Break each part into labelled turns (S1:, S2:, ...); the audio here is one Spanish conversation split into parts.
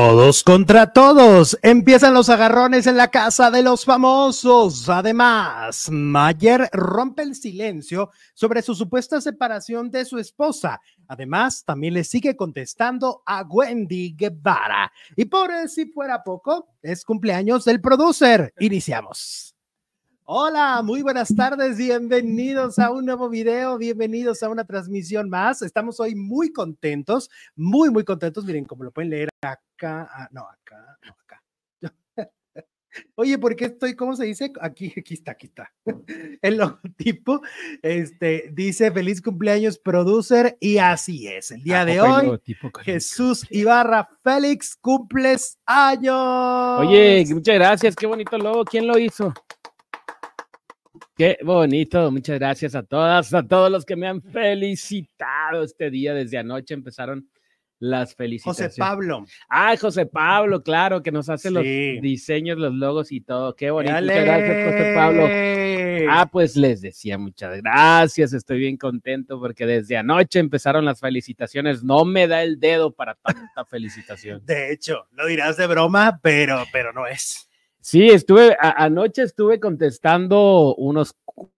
S1: Todos contra todos. Empiezan los agarrones en la casa de los famosos. Además, Mayer rompe el silencio sobre su supuesta separación de su esposa. Además, también le sigue contestando a Wendy Guevara. Y por si fuera poco, es cumpleaños del producer. Iniciamos. Hola, muy buenas tardes, bienvenidos a un nuevo video, bienvenidos a una transmisión más. Estamos hoy muy contentos, muy, muy contentos. Miren, como lo pueden leer acá, ah, no, acá, no, acá. Oye, ¿por qué estoy, cómo se dice? Aquí, aquí está, aquí está. El logotipo, este, dice feliz cumpleaños, producer, y así es. El día
S2: ¿A
S1: de
S2: poco hay
S1: hoy,
S2: logotipo con-
S1: Jesús Ibarra Félix, cumples años.
S2: Oye, muchas gracias, qué bonito logo, ¿quién lo hizo? Qué bonito, muchas gracias a todas, a todos los que me han felicitado este día. Desde anoche empezaron las
S1: José
S2: felicitaciones.
S1: Pablo.
S2: Ah, José Pablo, claro, que nos hace los
S1: Sí.
S2: diseños, los logos y todo. Qué bonito,
S1: Dale.
S2: muchas gracias, José Pablo. Ah, pues les decía muchas gracias, estoy bien contento porque desde anoche empezaron las felicitaciones. No me da el dedo para tanta felicitación.
S1: De hecho, lo dirás de broma, pero, pero no es.
S2: Sí, estuve, a- anoche estuve contestando unos, cu-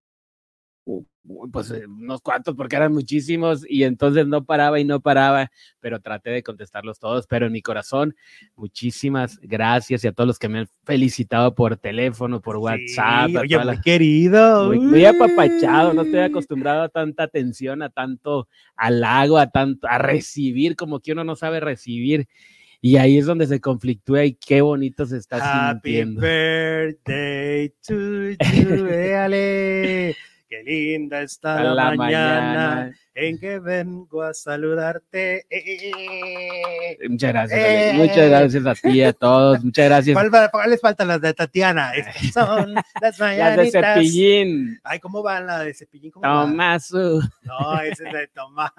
S2: u- u- pues eh, unos cuantos porque eran muchísimos y entonces no paraba y no paraba, pero traté de contestarlos todos, pero en mi corazón, muchísimas gracias y a todos los que me han felicitado por teléfono, por WhatsApp,
S1: Sí,
S2: a
S1: oye,
S2: toda
S1: muy
S2: la-
S1: querido.
S2: muy, muy apapachado, no
S1: te
S2: estoy acostumbrado a tanta atención, a tanto halago, a tanto, a recibir como que uno no sabe recibir. Y ahí es donde se conflictúa y qué bonito se está
S1: Happy
S2: sintiendo.
S1: birthday to you, éale. Qué linda está
S2: A
S1: la,
S2: la
S1: mañana,
S2: mañana.
S1: en que vengo a saludarte. Eh,
S2: Eh, Muchas gracias,
S1: Eh.
S2: Ale. muchas gracias a ti, a todos, muchas gracias.
S1: ¿Cuál, va- cuál les faltan las de Tatiana? Estas son las
S2: Las de
S1: mañanitas.
S2: Cepillín,
S1: Ay, ¿cómo van la de Cepillín? ¿Cómo va?
S2: Tomás, uh,
S1: No, esa es la de Tomás.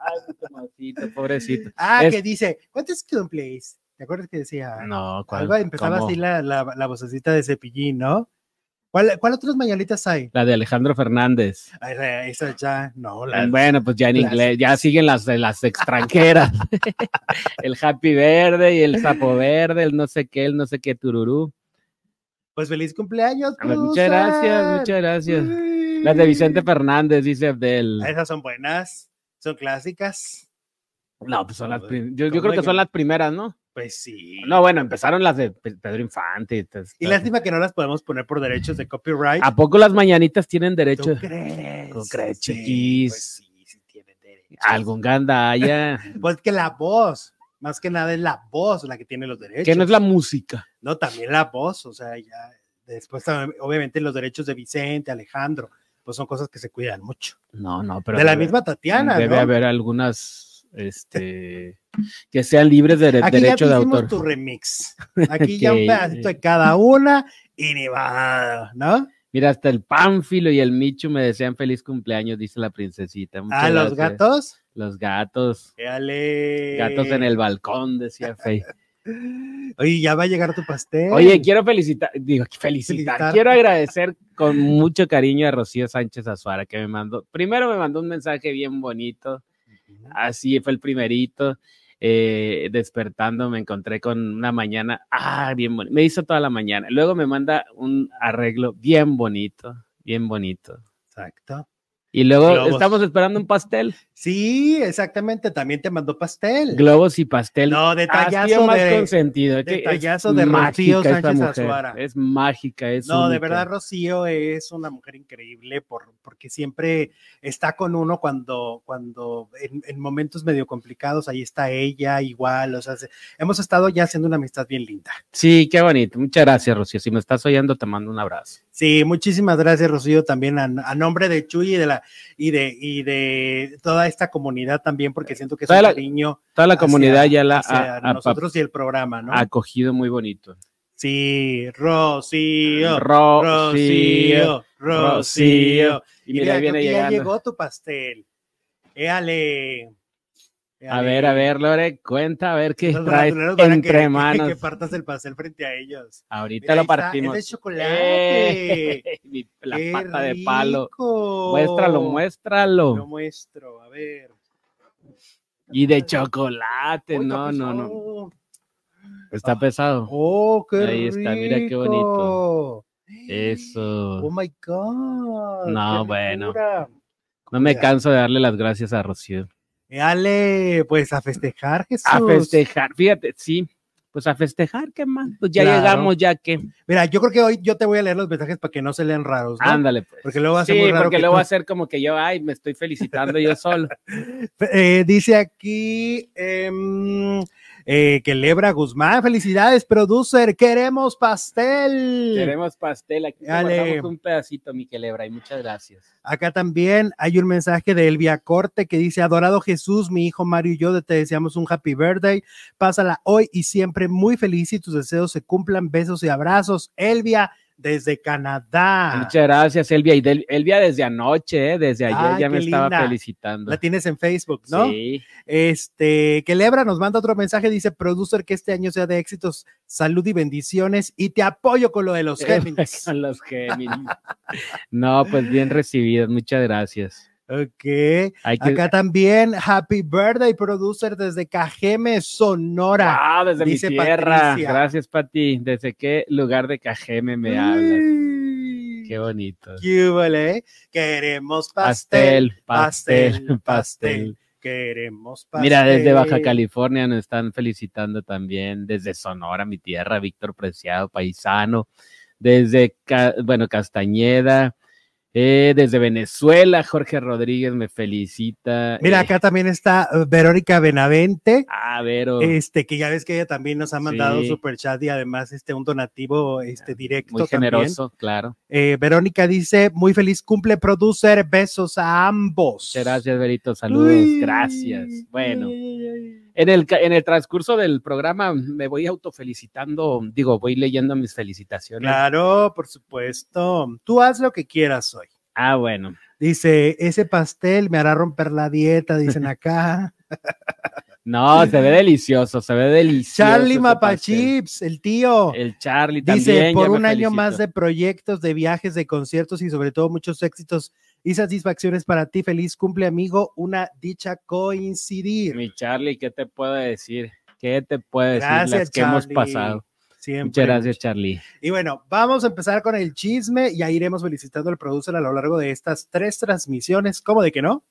S2: ay, Tomasito, pobrecito.
S1: Ah,
S2: Es-
S1: que dice, ¿cuántos cumples? ¿Te acuerdas que decía?
S2: No, ¿cuál?
S1: Algo empezaba
S2: ¿Cómo?
S1: así la, la, la vocecita de Cepillín, ¿no? ¿Cuál, cuál otras mañanitas hay?
S2: La de Alejandro Fernández.
S1: Ah, Esa, esa ya, no, la,
S2: bueno, pues ya en
S1: las-
S2: inglés, ya siguen las de las extranjeras. el Happy Verde y el Sapo Verde, el no sé qué, el no sé qué tururú.
S1: pues feliz cumpleaños.
S2: A ver, muchas gracias, muchas gracias. Las de Vicente Fernández, dice Abdel.
S1: Esas son buenas, son clásicas.
S2: No, pues son las prim- yo, yo
S1: ¿cómo
S2: creo
S1: de
S2: que
S1: que
S2: son
S1: no?
S2: las primeras, ¿no?
S1: Pues sí.
S2: No, bueno, empezaron las de Pe- Pedro Infante. y tas-
S1: y
S2: tas-
S1: lástima que no las podemos poner por derechos de copyright.
S2: ¿A poco las mañanitas tienen
S1: ¿Tú
S2: derecho?
S1: crees?
S2: ¿Tú crees,
S1: Sí,
S2: chiquis?
S1: Pues sí, sí tienen derecho.
S2: Algún gandaya.
S1: Pues que la voz, más que nada es la voz la que tiene los derechos.
S2: que no es la música.
S1: No, también la voz, o sea, ya después tam- obviamente los derechos de Vicente, Alejandro, pues son cosas que se cuidan mucho.
S2: No, no, pero.
S1: de la
S2: debe-
S1: misma Tatiana,
S2: Debe
S1: ¿no?
S2: haber algunas este, que sean libres de
S1: Aquí
S2: derecho
S1: ya
S2: de
S1: te hicimos
S2: autor.
S1: tu remix. Aquí ya un
S2: Ok.
S1: pedacito de cada una y ni va, ¿no?
S2: Mira, hasta el Pánfilo y el Michu me desean feliz cumpleaños, dice la princesita. Muchas
S1: A Ah, los
S2: gracias.
S1: gatos, Eh.
S2: Los gatos.
S1: éale.
S2: Gatos en el balcón, decía Fey.
S1: Oye, ya va a llegar tu pastel.
S2: Oye, quiero felicitar, digo, felicitar,
S1: Felicitar.
S2: quiero agradecer con mucho cariño a Rocío Sánchez Azuara que me mandó, primero me mandó un mensaje bien bonito, así fue el primerito. eh, despertando me encontré con una mañana, ah, bien bonito, me hizo toda la mañana. Luego me manda un arreglo bien bonito, bien bonito.
S1: Exacto.
S2: Y luego
S1: Globos.
S2: estamos esperando un pastel,
S1: Sí, exactamente, también te mandó pastel.
S2: globos y pastel.
S1: no,
S2: Ha sido
S1: detallazo
S2: más
S1: de,
S2: consentido. es que es
S1: detallazo de
S2: mágica
S1: Rocío
S2: esta
S1: Sánchez
S2: mujer,
S1: Azuara.
S2: Es mágica, es
S1: No, de
S2: única.
S1: verdad, Rocío es una mujer increíble por, porque siempre está con uno cuando, cuando en, en momentos medio complicados, ahí está ella igual, o sea, se- hemos estado ya haciendo una amistad bien linda.
S2: Sí, qué bonito. Muchas gracias, Rocío. Si me estás oyendo, te mando un abrazo.
S1: Sí, muchísimas gracias, Rocío, también a, a nombre de Chuy y de, la, y, de, y de toda esta comunidad también, porque siento que es un
S2: Toda la-
S1: cariño
S2: Toda la
S1: hacia-
S2: comunidad ya la ha,
S1: hacia
S2: ha-
S1: nosotros y el programa, ¿no?
S2: ha acogido muy bonito.
S1: Sí, Rocío,
S2: Rocío.
S1: Rocío, Rocío.
S2: Y mira,
S1: creo
S2: viene
S1: que ya
S2: llegando.
S1: llegó tu pastel. Éale.
S2: A
S1: Éale.
S2: ver, a ver, Lore, cuenta, a ver qué
S1: Los
S2: traes
S1: bananeros van a
S2: entre
S1: querer que-
S2: manos.
S1: Que partas el pastel frente a ellos.
S2: Ahorita
S1: Mira, ahí
S2: lo
S1: está,
S2: partimos.
S1: Es de chocolate.
S2: ¡Eh! Mi- la
S1: ¡Qué
S2: pata de palo.
S1: rico!
S2: Muéstralo, muéstralo.
S1: Lo muestro, a ver.
S2: Y de chocolate.
S1: Uy,
S2: Este, no, no, no.
S1: capuzón.
S2: Está
S1: Ah.
S2: pesado.
S1: Oh, qué
S2: Ahí está, mira qué bonito.
S1: rico.
S2: Eso.
S1: Oh my God.
S2: No,
S1: qué
S2: bueno.
S1: locura.
S2: No me
S1: ya.
S2: canso de darle las gracias a Rocío.
S1: Dale, pues a festejar, Jesús.
S2: A festejar, fíjate, sí. Pues a festejar, ¿qué más? Pues ya
S1: Claro.
S2: llegamos, ya que.
S1: Mira, yo creo que hoy yo te voy a leer los mensajes para que no se lean raros. ¿no?
S2: Ándale, pues.
S1: Porque luego va a ser
S2: sí,
S1: muy raro
S2: porque
S1: que
S2: luego
S1: tú-
S2: va a ser como que yo, ay, me estoy felicitando yo solo.
S1: Eh, dice aquí em, eh, que Lebra Guzmán, felicidades, producer, queremos pastel.
S2: Queremos pastel, aquí te
S1: Dale.
S2: guardamos un pedacito, mi Lebra, y muchas gracias.
S1: Acá también hay un mensaje de Elvia Corte que dice, adorado Jesús, mi hijo Mario y yo te deseamos un happy birthday, pásala hoy y siempre muy feliz y tus deseos se cumplan, besos y abrazos. Elvia, desde Canadá.
S2: Muchas gracias, Elvia. Y del- Elvia desde anoche, ¿eh? desde ayer
S1: Ay,
S2: ya me
S1: qué
S2: estaba
S1: linda.
S2: felicitando.
S1: La tienes en Facebook, ¿no?
S2: Sí.
S1: Este, que Lebra nos manda otro mensaje, dice, producer, que este año sea de éxitos, salud y bendiciones, y te apoyo con lo de
S2: Eh,
S1: los Géminis.
S2: Con los Géminis. No, pues bien recibidas, muchas gracias.
S1: ok.
S2: Hay que,
S1: Acá también, Happy Birthday, producer, desde Cajeme, Sonora.
S2: Ah, desde mi
S1: dice
S2: tierra.
S1: Patricia. Mm.
S2: Gracias, Pati. ¿Desde qué lugar de Cajeme me hablas?
S1: Uy,
S2: Qué bonito.
S1: qué vale, ¿eh? Queremos pastel,
S2: Pastel, pastel,
S1: pastel,
S2: pastel.
S1: queremos pastel.
S2: Mira, desde Baja California nos están felicitando también, desde Sonora, mi tierra, Víctor Preciado, paisano, desde, Ca- bueno, Castañeda, eh, desde Venezuela, Jorge Rodríguez me felicita.
S1: Mira,
S2: eh,
S1: acá también está eh, Verónica Benavente.
S2: Ah, Vero,
S1: Este, que ya ves que ella también nos ha mandado
S2: Sí.
S1: super chat y además este un donativo este directo
S2: muy
S1: también.
S2: generoso, claro.
S1: Eh, Verónica dice, muy feliz cumple producer, besos a ambos.
S2: Muchas gracias, Verito, saludos,
S1: Uy,
S2: gracias. Bueno,
S1: ay, ay, ay.
S2: en el, ca- en el transcurso del programa me voy autofelicitando, digo, voy leyendo mis felicitaciones.
S1: Claro, por supuesto. Tú haz lo que quieras hoy.
S2: Ah, bueno.
S1: Dice, ese pastel me hará romper la dieta, dicen acá.
S2: No, se ve delicioso, se ve delicioso.
S1: Charlie
S2: ese pastel.
S1: Mapachips, el tío.
S2: El Charlie
S1: Dice,
S2: también. ya
S1: por
S2: me
S1: un año más
S2: felicito.
S1: de proyectos, de viajes, de conciertos y sobre todo muchos éxitos y satisfacciones para ti. Feliz cumple, amigo. Una dicha coincidir.
S2: Mi Charlie, ¿qué te puedo decir? ¿Qué te puedo decir?
S1: Gracias,
S2: Las que hemos
S1: Charlie.
S2: pasado.
S1: Siempre.
S2: Muchas gracias, Charlie.
S1: Y bueno, vamos a empezar con el chisme y ahí iremos felicitando al producer a lo largo de estas tres transmisiones. ¿Cómo de que no?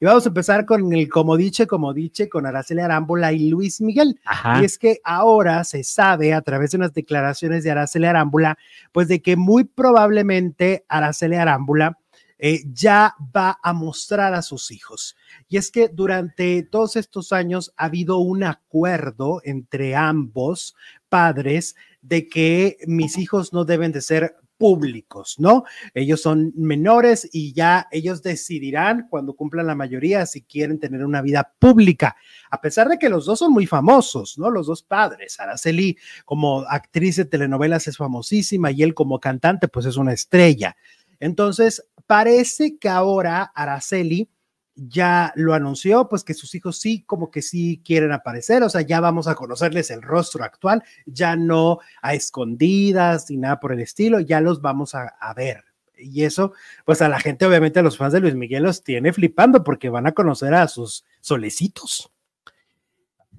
S1: Y vamos a empezar con el como diche, como diche, con Araceli Arámbula y Luis Miguel.
S2: Ajá.
S1: Y es que ahora se sabe a través de unas declaraciones de Araceli Arámbula, pues de que muy probablemente Araceli Arámbula eh, ya va a mostrar a sus hijos. Y es que durante todos estos años ha habido un acuerdo entre ambos padres de que mis hijos no deben de ser públicos, ¿no? Ellos son menores y ya ellos decidirán cuando cumplan la mayoría si quieren tener una vida pública a pesar de que los dos son muy famosos, ¿no? Los dos padres, Araceli como actriz de telenovelas es famosísima y él como cantante pues es una estrella. Entonces, parece que ahora Araceli ya lo anunció, pues que sus hijos sí, como que sí quieren aparecer, o sea, ya vamos a conocerles el rostro actual, ya no a escondidas ni nada por el estilo, ya los vamos a, a ver. Y eso, pues a la gente, obviamente a los fans de Luis Miguel los tiene flipando porque van a conocer a sus solecitos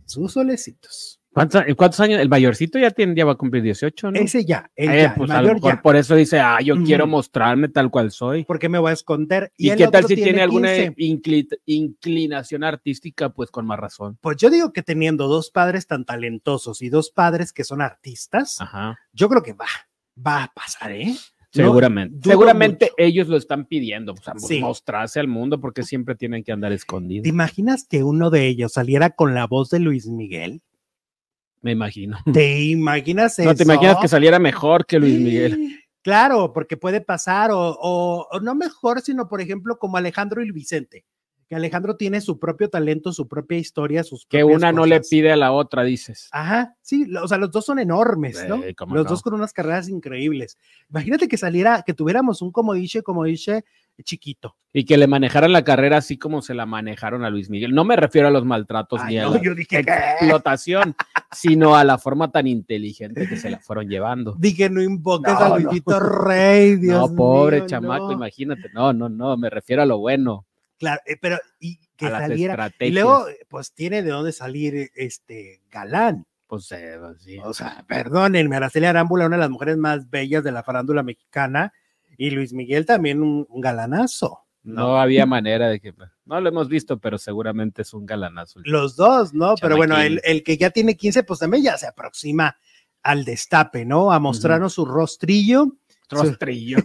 S1: sus solecitos.
S2: ¿Cuántos, cuántos años? El mayorcito ya, tiene, ya va a cumplir 18, ¿no?
S1: Ese ya, el,
S2: Eh,
S1: ya, el
S2: pues a lo
S1: mayor
S2: mejor
S1: ya.
S2: por eso dice, ah, yo
S1: Ujú.
S2: quiero mostrarme tal cual soy.
S1: Porque me voy a esconder.
S2: ¿Y,
S1: el
S2: qué tal
S1: otro
S2: si tiene alguna e-?
S1: 15.
S2: incli- inclinación artística? Pues con más razón.
S1: Pues yo digo que teniendo dos padres tan talentosos y dos padres que son artistas,
S2: Ajá.
S1: yo creo que va, va a pasar, ¿eh? No,
S2: Seguramente.
S1: dudo
S2: Seguramente
S1: mucho.
S2: ellos lo están pidiendo, pues, a
S1: Sí.
S2: mostrarse al mundo porque siempre tienen que andar escondidos.
S1: ¿Te imaginas que uno de ellos saliera con la voz de Luis Miguel?
S2: Me imagino.
S1: ¿Te imaginas eso?
S2: No te imaginas que saliera mejor que Luis Miguel.
S1: Claro, porque puede pasar, o, o- o no mejor, sino por ejemplo como Alejandro y Vicente, que Alejandro tiene su propio talento, su propia historia, sus
S2: Que
S1: propias
S2: una no le
S1: cosas.
S2: pide a la otra, dices.
S1: Ajá, sí, lo- o sea, los dos son enormes, ¿no?
S2: Eh, ¿cómo
S1: los
S2: no?
S1: dos con unas carreras increíbles. Imagínate que saliera, que tuviéramos un como dice, como dice, chiquito.
S2: Y que le manejaran la carrera así como se la manejaron a Luis Miguel. No me refiero a los maltratos
S1: Ay,
S2: ni a
S1: no,
S2: la
S1: yo dije, ¿qué?
S2: explotación, sino a la forma tan inteligente que se la fueron llevando.
S1: Dije, no invoques
S2: No,
S1: a
S2: no.
S1: Luisito Rey, Dios
S2: no, pobre
S1: mío,
S2: chamaco,
S1: no.
S2: imagínate. No, no, no, me refiero a lo bueno,
S1: Claro, eh, pero y que
S2: a las
S1: saliera.
S2: estrategias.
S1: Y luego, pues tiene de dónde salir eh, este galán.
S2: Pues eh, sí.
S1: O sea, perdónenme, Araceli Arámbula, una de las mujeres más bellas de la farándula mexicana, y Luis Miguel también un, un galanazo.
S2: No, había manera de que. No lo hemos visto, pero seguramente es un galanazo.
S1: Los dos, ¿no? Pero bueno,
S2: Chamaquín.
S1: el, el que ya tiene 15, pues también ya se aproxima al destape, ¿no? A mostrarnos su rostrillo.
S2: Trostrillo.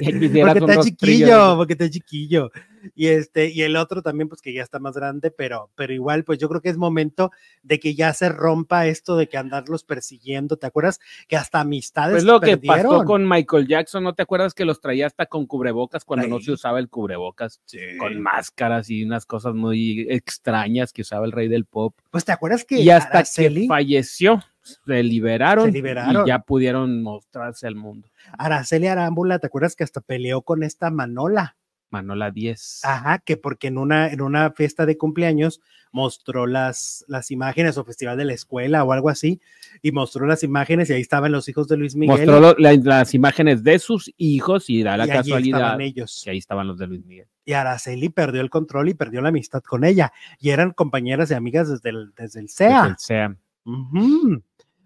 S2: Ya quisieras
S1: Porque
S2: un
S1: está
S2: rostrillo.
S1: chiquillo, porque está chiquillo. Y este, y el otro también, pues que ya está más grande, pero, pero igual, pues yo creo que es momento de que ya se rompa esto de que andarlos persiguiendo. ¿Te acuerdas que hasta amistades
S2: Pues lo que
S1: perdieron?
S2: pasó con Michael Jackson, ¿no te acuerdas que los traía hasta con cubrebocas cuando no
S1: Ahí.
S2: se usaba el cubrebocas? Con máscaras y unas cosas muy extrañas que usaba el rey del pop.
S1: Pues te acuerdas que
S2: Y hasta que
S1: Araceli,
S2: falleció, se liberaron,
S1: Se liberaron.
S2: y ya pudieron mostrarse al mundo.
S1: Araceli Arámbula, ¿te acuerdas que hasta peleó con esta Manola?
S2: Manola 10.
S1: Ajá, que porque en una, en una fiesta de cumpleaños mostró las, las imágenes o festival de la escuela o algo así, y mostró las imágenes y ahí estaban los hijos de Luis Miguel.
S2: Mostró lo- la- las imágenes de sus hijos y da la
S1: y allí
S2: casualidad
S1: estaban ellos.
S2: que ahí estaban los de Luis Miguel.
S1: Y Araceli perdió el control y perdió la amistad con ella. Y eran compañeras y amigas desde el, desde el
S2: Desde
S1: SEA.
S2: el SEA.
S1: Ujú.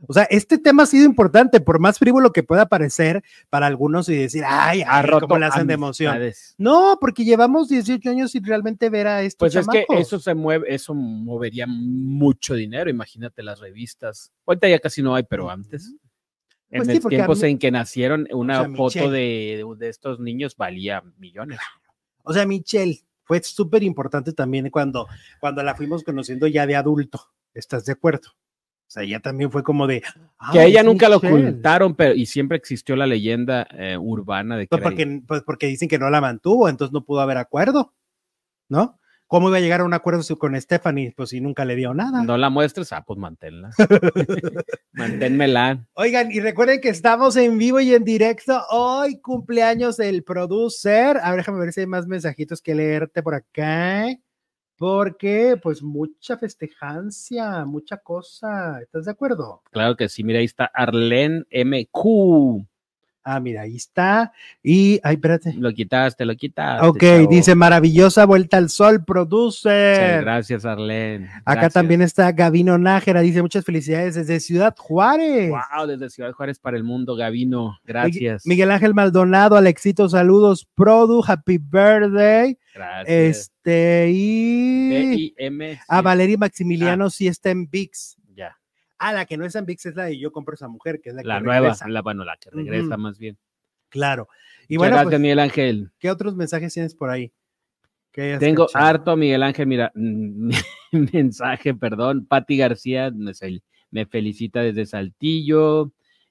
S1: O sea, este tema ha sido importante, por más frívolo que pueda parecer para algunos y decir, ay,
S2: Ha
S1: ay
S2: roto
S1: cómo le hacen de emoción.
S2: amistades.
S1: No, porque llevamos 18 años sin realmente ver a estos
S2: Pues es que
S1: chamacos.
S2: eso se mueve, eso movería mucho dinero, imagínate las revistas. Ahorita ya casi no hay, pero antes. En
S1: Pues sí,
S2: los
S1: porque a
S2: tiempos
S1: mí-
S2: en que nacieron, una
S1: sea,
S2: foto
S1: Michelle.
S2: de, de estos niños valía millones.
S1: O sea, Michelle fue súper importante también cuando, cuando la fuimos conociendo ya de adulto. ¿Estás de acuerdo? O sea, ella también fue como de.
S2: que a
S1: "Ay,
S2: ella
S1: es
S2: nunca lo
S1: Michelle".
S2: ocultaron, pero y siempre existió la leyenda eh, urbana de que
S1: Pues
S2: era-
S1: porque, pues porque dicen que no la mantuvo, entonces no pudo haber acuerdo, ¿no? ¿Cómo iba a llegar a un acuerdo si- con Stephanie? Pues si nunca le dio nada.
S2: no la muestres, ah, pues manténla. Manténmela.
S1: Oigan, y recuerden que estamos en vivo y en directo. Hoy cumpleaños del producer. A ver, déjame ver si hay más mensajitos que leerte por acá. Porque, pues, mucha festejancia, mucha cosa. ¿Estás de acuerdo?
S2: Claro que sí, mira, ahí está Arlen MQ.
S1: Ah, mira, ahí está. Y, ay, espérate.
S2: Lo quitaste, lo quitaste.
S1: Ok,
S2: chavo.
S1: dice maravillosa vuelta al sol, producer.
S2: Muchas Gracias, Arlen.
S1: Acá
S2: Gracias.
S1: también está Gavino Nájera, dice muchas felicidades desde Ciudad Juárez.
S2: Wow, desde Ciudad Juárez para el mundo, Gavino.
S1: Mig-
S2: Gracias.
S1: Miguel Ángel Maldonado, Alexito, saludos, Produ, happy birthday.
S2: Gracias. Eh,
S1: Este, ah, y,
S2: M.
S1: a Valeria Maximiliano
S2: Ah.
S1: sí está en VIX.
S2: Ya.
S1: Ah, la que no está en VIX es la de Yo compro esa mujer, que es la,
S2: La
S1: que
S2: nueva,
S1: regresa.
S2: la, bueno, la que regresa
S1: Ujú.
S2: más bien.
S1: Claro. Y
S2: Muchas
S1: bueno,
S2: gracias,
S1: pues,
S2: Miguel Ángel.
S1: ¿qué otros mensajes tienes por ahí? Que hayas
S2: Tengo
S1: cachado.
S2: harto, Miguel Ángel, mira, mm, mensaje, perdón. Patti García me, fel- me felicita desde Saltillo.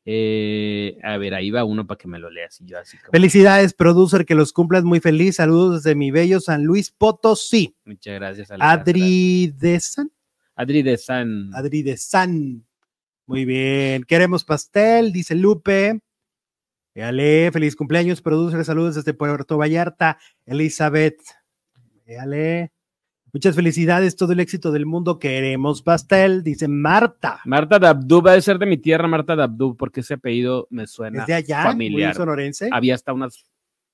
S2: Eh, a ver, ahí va uno para que me lo leas y yo así como-
S1: Felicidades, producer, que los cumplas muy feliz. Saludos desde mi bello San Luis Potosí.
S2: Muchas gracias, Alejandra.
S1: Adri de San.
S2: Adri de San.
S1: Adri de San. Muy bien. Queremos pastel, dice Lupe. Véale, feliz cumpleaños, producer. Saludos desde Puerto Vallarta, Elizabeth. Véale. Muchas felicidades, todo el éxito del mundo. Queremos pastel, dice Marta.
S2: Marta Dabdub, va a ser de mi tierra, Marta Dabdub, porque ese apellido me suena.
S1: Desde allá,
S2: familiar. Ah.
S1: muy sonorense.
S2: había hasta unas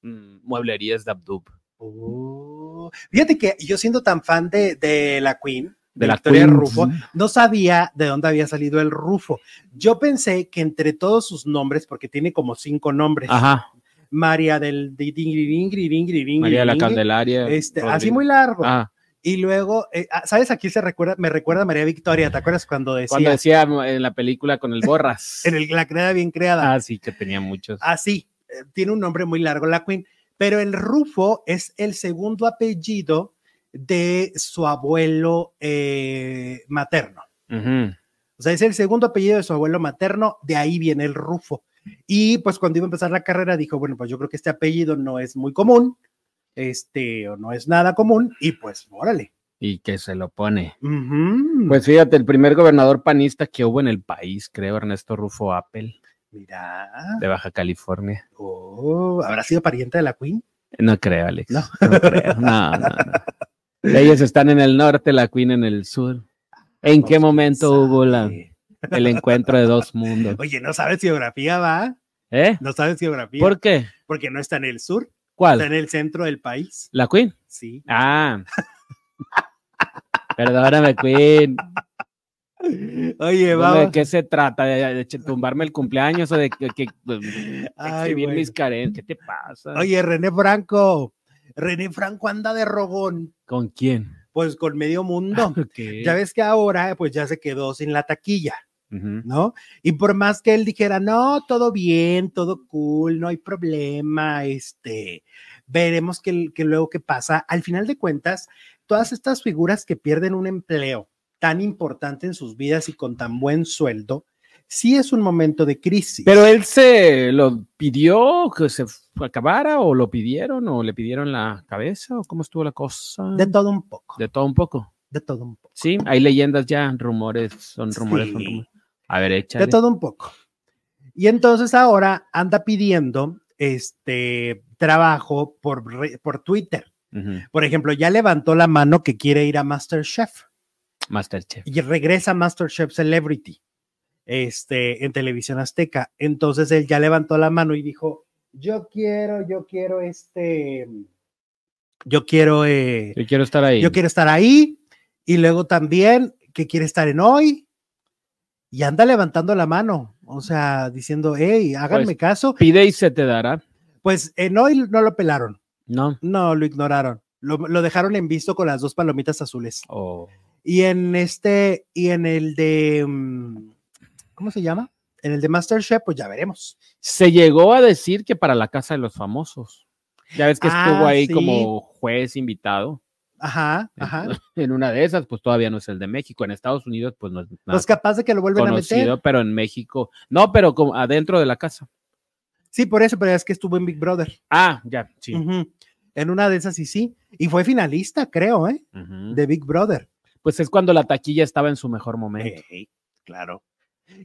S2: mm, mueblerías de Abdub.
S1: Oh. Fíjate que yo siendo tan fan de, de la Queen,
S2: De la
S1: Victoria
S2: Queen.
S1: Rufo, no sabía de dónde había salido el Rufo. Yo pensé que entre todos sus nombres, porque tiene como cinco nombres,
S2: Ajá.
S1: María del di- di- di- di- di- di- di- di-
S2: María de la
S1: di-
S2: Candelaria.
S1: este, así
S2: Rodrigo.
S1: muy largo.
S2: Ah,
S1: Y luego, eh, ah, ¿sabes? Aquí se recuerda, me recuerda a María Victoria, ¿te acuerdas cuando decía
S2: cuando decía en la película con el Borras.
S1: en el- la creada bien creada?
S2: Ah, sí, que tenía muchos.
S1: Así, eh, tiene un nombre muy largo la Queen, pero el Rufo es el segundo apellido de su abuelo eh, materno.
S2: Ujú.
S1: O sea, es el segundo apellido de su abuelo materno, de ahí viene el Rufo. Y pues cuando iba a empezar la carrera dijo, bueno, pues yo creo que este apellido no es muy común, este, o no es nada común, y pues órale.
S2: Y que se lo pone.
S1: Ujú.
S2: Pues fíjate, el primer gobernador panista que hubo en el país, creo, Ernesto Rufo Apple,
S1: Mira,
S2: de Baja California.
S1: oh, ¿habrá sido pariente de la Queen?
S2: No creo, Alex.
S1: No.
S2: No, creo. No, no, no. Ellos están en el norte, la Queen en el sur. ¿En qué
S1: Pues,
S2: momento
S1: sabe.
S2: hubo la- el encuentro de dos mundos?
S1: Oye, no sabes geografía, ¿va?
S2: ¿Eh?
S1: No sabes geografía.
S2: ¿Por qué?
S1: Porque no está en el sur,
S2: ¿Cuál?
S1: está en el centro del país.
S2: ¿La Queen?
S1: Sí.
S2: Ah. Perdóname, Queen.
S1: Oye,
S2: Bueno,
S1: vamos.
S2: ¿De qué se trata? ¿De, de ch- tumbarme el cumpleaños o de que, que- de
S1: Ay,
S2: exhibir
S1: bueno.
S2: mis carencias? ¿Qué te pasa?
S1: Oye, René Franco. René Franco anda de rogón,
S2: ¿Con quién?
S1: pues con medio mundo.
S2: ¿Qué?
S1: Ya ves que ahora, pues ya se quedó sin la taquilla,
S2: Ujú.
S1: ¿no? Y por más que él dijera, no, todo bien, todo cool, no hay problema, este, veremos que, que luego qué pasa. Al final de cuentas, todas estas figuras que pierden un empleo tan importante en sus vidas y con tan buen sueldo, sí es un momento de crisis.
S2: Pero él se lo pidió que se f- acabara o lo pidieron o le pidieron la cabeza o cómo estuvo la cosa.
S1: de todo un poco,
S2: De todo un poco.
S1: de todo un poco.
S2: Sí, hay leyendas ya, rumores, son rumores, son
S1: Sí.
S2: rumores. A ver, échale.
S1: De todo un poco. Y entonces ahora anda pidiendo este trabajo por, re- por Twitter.
S2: Ujú.
S1: Por ejemplo, ya levantó la mano que quiere ir a MasterChef
S2: Masterchef.
S1: y regresa MasterChef Celebrity este, en Televisión Azteca. Entonces él ya levantó la mano y dijo, yo quiero, yo quiero este, yo quiero, eh,
S2: Yo quiero estar ahí.
S1: yo quiero estar ahí y luego también que quiere estar en hoy y anda levantando la mano, o sea, diciendo, hey, háganme
S2: Pues-
S1: caso.
S2: Pide y se te dará.
S1: Pues en hoy no lo pelaron,
S2: No.
S1: no lo ignoraron, lo, lo dejaron en visto con las dos palomitas azules.
S2: O
S1: Y en este, y en el de, mm, ¿cómo se llama? En el de MasterChef, pues ya veremos.
S2: Se llegó a decir que para la casa de los famosos. Ya ves que estuvo
S1: Ah,
S2: ahí
S1: sí.
S2: como juez invitado.
S1: Ajá, ajá.
S2: En una de esas, pues todavía no es el de México. En Estados Unidos, pues no es nada
S1: Pues capaz de que lo vuelven a meter.
S2: conocido, pero en México. No, pero como adentro de la casa.
S1: Sí, por eso, pero es que estuvo en Big Brother.
S2: Ah, ya, sí.
S1: Ujú. En una de esas y sí. Y fue finalista, creo, ¿eh?
S2: Ujú.
S1: de Big Brother.
S2: Pues es cuando la taquilla estaba en su mejor momento.
S1: Ey, claro.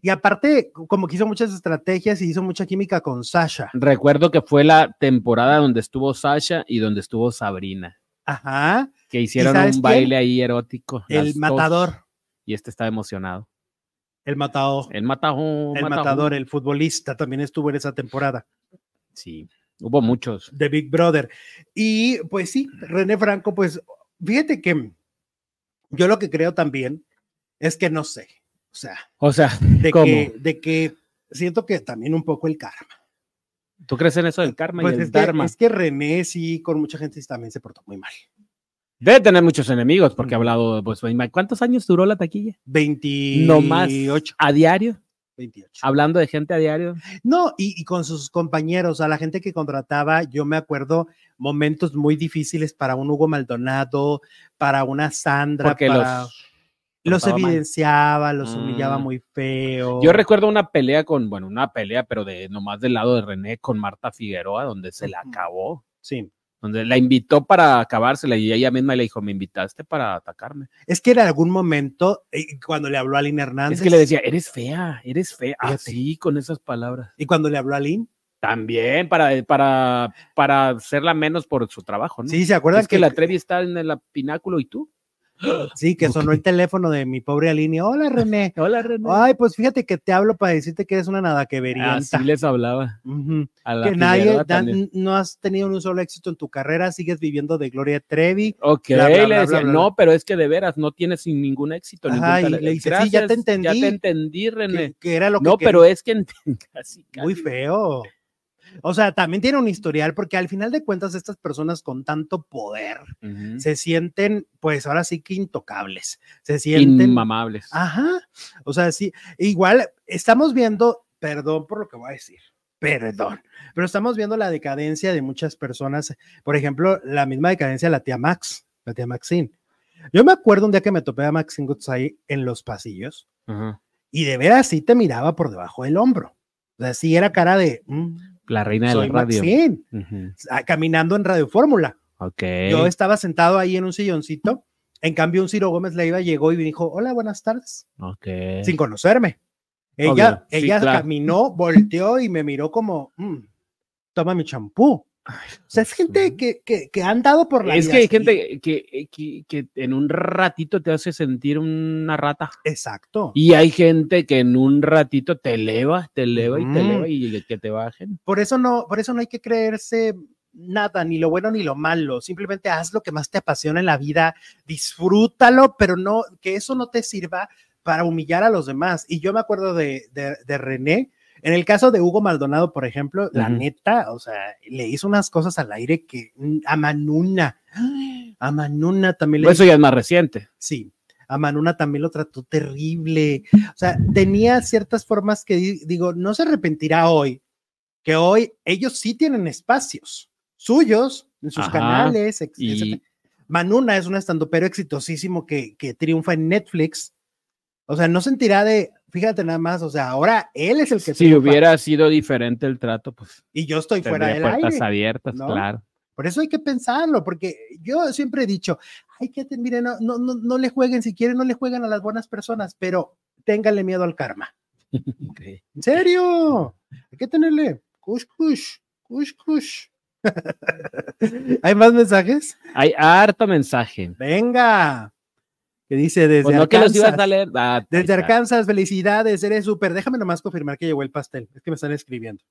S1: Y aparte, co- como que hizo muchas estrategias y hizo mucha química con Sasha.
S2: Recuerdo que fue la temporada donde estuvo Sasha y donde estuvo Sabrina,
S1: Ajá.
S2: que hicieron
S1: sabes
S2: un baile
S1: quién?
S2: ahí erótico.
S1: El
S2: las dos,
S1: matador.
S2: Y este estaba emocionado.
S1: El matador.
S2: El matajón.
S1: El matador, el futbolista, también estuvo en esa temporada
S2: Sí, hubo muchos.
S1: de Big Brother. Y pues sí, René Franco, pues fíjate que yo lo que creo también es que no sé. O sea,
S2: O sea,
S1: de,
S2: ¿Cómo?
S1: que, de que siento que también un poco el karma.
S2: ¿tú crees en eso del karma
S1: Pues
S2: y
S1: es
S2: el
S1: que,
S2: dharma?
S1: es que René sí, con mucha gente sí también se portó muy mal.
S2: Debe tener muchos enemigos porque ha
S1: Ujú.
S2: hablado, pues, ¿cuántos años duró la taquilla?
S1: 28.
S2: No más. A diario,
S1: 28.
S2: hablando de gente a diario.
S1: No, y, y con sus compañeros, a la gente que contrataba, yo me acuerdo momentos muy difíciles para un Hugo Maldonado, para una Sandra,
S2: Porque
S1: para-
S2: los
S1: los
S2: trataba mal.
S1: evidenciaba, los humillaba
S2: Mm.
S1: muy feo.
S2: Yo recuerdo una pelea con, bueno, una pelea, pero de nomás del lado de René con Marta Figueroa, donde se la
S1: Ujú.
S2: acabó,
S1: Sí,
S2: donde la invitó para acabársela y ella misma le dijo, me invitaste para atacarme.
S1: es que en algún momento, eh, cuando le habló a Lynn Hernández,
S2: Es que le decía, eres fea, eres fea,
S1: Fíjate.
S2: así con esas palabras.
S1: y cuando le habló a Lynn,
S2: También para, eh, para, para hacerla menos por su trabajo, ¿no?
S1: sí, ¿se acuerdan
S2: Es que, la Trevi está en el pináculo y tú.
S1: Sí, que sonó el teléfono de mi pobre Aline, y, hola René,
S2: Hola, René.
S1: ay, pues fíjate que te hablo para decirte que eres una nada que
S2: Ah, Así les hablaba. A la
S1: que nadie,
S2: Figueroa
S1: da-
S2: también.
S1: n- no has tenido ni un solo éxito en tu carrera, sigues viviendo de Gloria Trevi.
S2: Ok,
S1: bla, bla,
S2: le
S1: bla,
S2: decía,
S1: bla, bla.
S2: no, pero es que de veras no tienes sin ningún éxito. ningún
S1: Ajá, y
S2: talento".
S1: le dice, "Sí, ya te
S2: "Gracias, Ya
S1: entendí".
S2: te entendí, René.
S1: Que, que era lo que
S2: no,
S1: quería.
S2: pero es que ent- casi, casi.
S1: muy feo. O sea, también tiene un historial, porque al final de cuentas, estas personas con tanto poder
S2: Ujú.
S1: se sienten, pues ahora sí que intocables. Se sienten.
S2: Inmamables.
S1: Ajá. O sea, sí. Igual estamos viendo, perdón por lo que voy a decir, perdón, pero estamos viendo la decadencia de muchas personas. Por ejemplo, la misma decadencia de la tía Max, la tía Maxine. Yo me acuerdo un día que me topé a Maxine Goodsay en los pasillos
S2: Ajá.
S1: y de veras sí te miraba por debajo del hombro. O sea, sí era cara de, "Mm,
S2: La reina de
S1: soy
S2: la radio.
S1: Maxine,
S2: Ujú.
S1: ah, caminando en Radio Fórmula.
S2: Ok.
S1: Yo estaba sentado ahí en un silloncito. En cambio, un Ciro Gómez Leiva llegó y me dijo, hola, buenas tardes
S2: ok.
S1: sin conocerme. Ella,
S2: Obvio, sí,
S1: ella
S2: claro.
S1: caminó, volteó y me miró como, "Mm, toma mi champú. O sea, es gente que, que, que han dado por la
S2: Es
S1: vida
S2: que hay
S1: así.
S2: gente que, que- que en un ratito te hace sentir una rata.
S1: Exacto.
S2: Y hay gente que en un ratito te eleva, te eleva y te
S1: Ujú.
S2: eleva y le- que te bajen.
S1: Por eso no, por eso no hay que creerse nada, ni lo bueno ni lo malo. Simplemente haz lo que más te apasiona en la vida, disfrútalo, pero no, que eso no te sirva para humillar a los demás. Y yo me acuerdo de, de, de René, en el caso de Hugo Maldonado, por ejemplo, la
S2: Ujú.
S1: neta, o sea, le hizo unas cosas al aire que mm, a Manuna, a Manuna también le
S2: Eso ya es más reciente.
S1: Sí, a Manuna también lo trató terrible. O sea, tenía ciertas formas que di- digo, no se arrepentirá hoy, que hoy ellos sí tienen espacios suyos en sus
S2: Ajá,
S1: canales. ex-
S2: y-
S1: etcétera. Manuna es un estandopero exitosísimo que, que triunfa en Netflix. O sea, no sentirá de, fíjate nada más, o sea, ahora él es el que
S2: Si
S1: triunfa
S2: hubiera sido diferente el trato, pues
S1: y yo estoy fuera
S2: tendría
S1: del
S2: puertas
S1: aire.
S2: abiertas,
S1: ¿no?
S2: claro.
S1: Por eso hay que pensarlo, porque yo siempre he dicho, hay que, ten- miren, no, no, no, no le jueguen, si quieren, no le jueguen a las buenas personas, pero ténganle miedo al karma. ¿En serio? Hay que tenerle. Cush, cush, cush, cush. ¿Hay más mensajes?
S2: Hay harto mensaje.
S1: Venga. Que dice desde
S2: Pues no que los
S1: Arkansas.
S2: ibas a leer. Ah, ahí
S1: desde
S2: está.
S1: Arkansas, felicidades, eres súper. Déjame nomás confirmar que llegó el pastel. Es que me están escribiendo,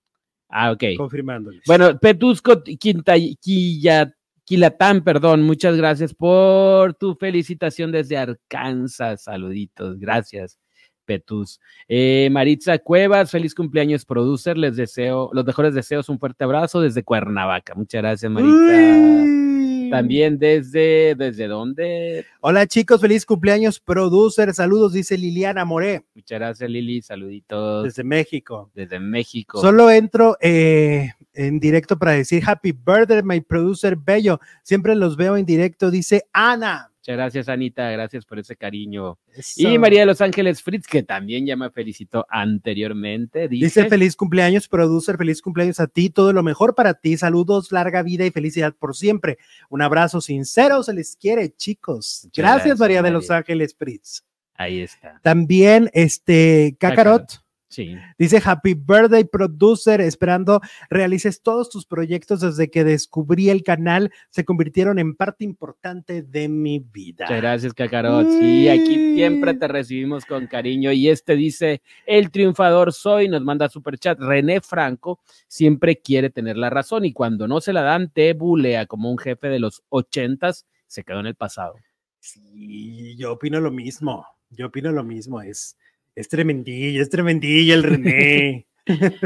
S2: Ah, ok.
S1: confirmándoles.
S2: Bueno, Petusco Quintay- Quilla- Quilatán, perdón, muchas gracias por tu felicitación desde Arkansas. Saluditos, gracias, Petus. Eh, Maritza Cuevas, feliz cumpleaños, producer. Les deseo los mejores deseos, un fuerte abrazo desde Cuernavaca. Muchas gracias, Maritza.
S1: Uy.
S2: También desde, ¿desde dónde?
S1: Hola chicos, feliz cumpleaños, producer. Saludos, dice Liliana Moré,
S2: Muchas gracias, Lili. Saluditos
S1: desde México.
S2: desde México.
S1: Solo entro eh, en directo para decir Happy Birthday, my producer bello. Siempre los veo en directo, dice Ana.
S2: Muchas gracias, Anita. Gracias por ese cariño. Y
S1: Eso.
S2: María de los Ángeles Fritz, que también ya me felicitó anteriormente, dice,
S1: Dice feliz cumpleaños, producer, feliz cumpleaños a ti, todo lo mejor para ti, saludos, larga vida y felicidad por siempre. Un abrazo sincero, se les quiere, chicos.
S2: Muchas
S1: Gracias,
S2: gracias,
S1: María de
S2: María.
S1: Los Ángeles Fritz.
S2: ahí está.
S1: También, este, Cacarot,
S2: Kakarot. Sí.
S1: Dice Happy Birthday Producer, esperando realices todos tus proyectos desde que descubrí el canal, se convirtieron en parte importante de mi vida.
S2: Muchas gracias, Cacarot. Sí,
S1: Mm.
S2: aquí siempre te recibimos con cariño. Y este dice, el triunfador soy, nos manda super chat. René Franco siempre quiere tener la razón y cuando no se la dan, te bulea como un jefe de los ochentas, se quedó en el pasado.
S1: Sí, yo opino lo mismo, yo opino lo mismo, es, es tremendilla, es tremendilla el René.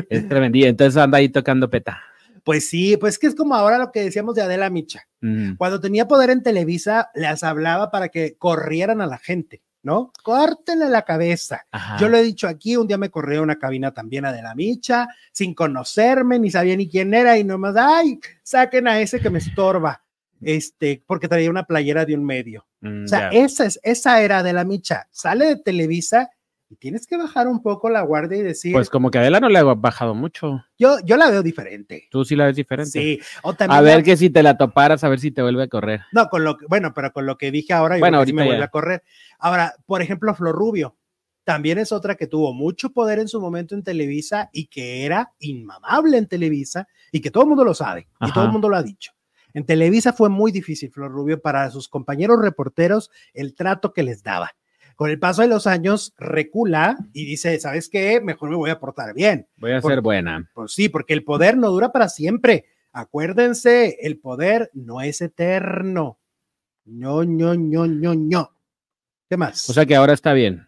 S2: Es tremendo. Entonces anda ahí tocando peta.
S1: pues sí, pues que es como ahora lo que decíamos de Adela Micha.
S2: Mm.
S1: Cuando tenía poder en Televisa, las hablaba para que corrieran a la gente, ¿no? Córtenle la cabeza.
S2: Ajá.
S1: Yo lo he dicho aquí, un día me corrió a una cabina también a de la micha, sin conocerme, ni sabía ni quién era, y nomás, ay, saquen a ese que me estorba, este, porque traía una playera de un medio.
S2: Mm,
S1: O sea,
S2: ya.
S1: esa, es, esa era de la micha. Sale de Televisa y tienes que bajar un poco la guardia y decir,
S2: Pues como que a Adela no le ha bajado mucho.
S1: yo, yo la veo diferente.
S2: Tú sí la ves diferente.
S1: Sí, o también,
S2: A ver
S1: la-
S2: que si te la toparas, a ver si te vuelve a correr.
S1: no, con lo que, bueno, pero con lo que dije ahora, yo
S2: Bueno,
S1: creo que sí me
S2: ahorita ya.
S1: vuelve a correr. Ahora, por ejemplo, Flor Rubio. También es otra que tuvo mucho poder en su momento en Televisa y que era inmamable en Televisa y que todo el mundo lo sabe y todo el
S2: Ajá.
S1: mundo lo ha dicho. En Televisa fue muy difícil Flor Rubio para sus compañeros reporteros el trato que les daba. Con el paso de los años recula y dice, ¿sabes qué? Mejor me voy a portar bien.
S2: Voy a
S1: Por-
S2: ser buena.
S1: Pues sí, porque el poder no dura para siempre. Acuérdense, el poder no es eterno. No, no, no, no, no. ¿Qué más?
S2: O sea que ahora está bien,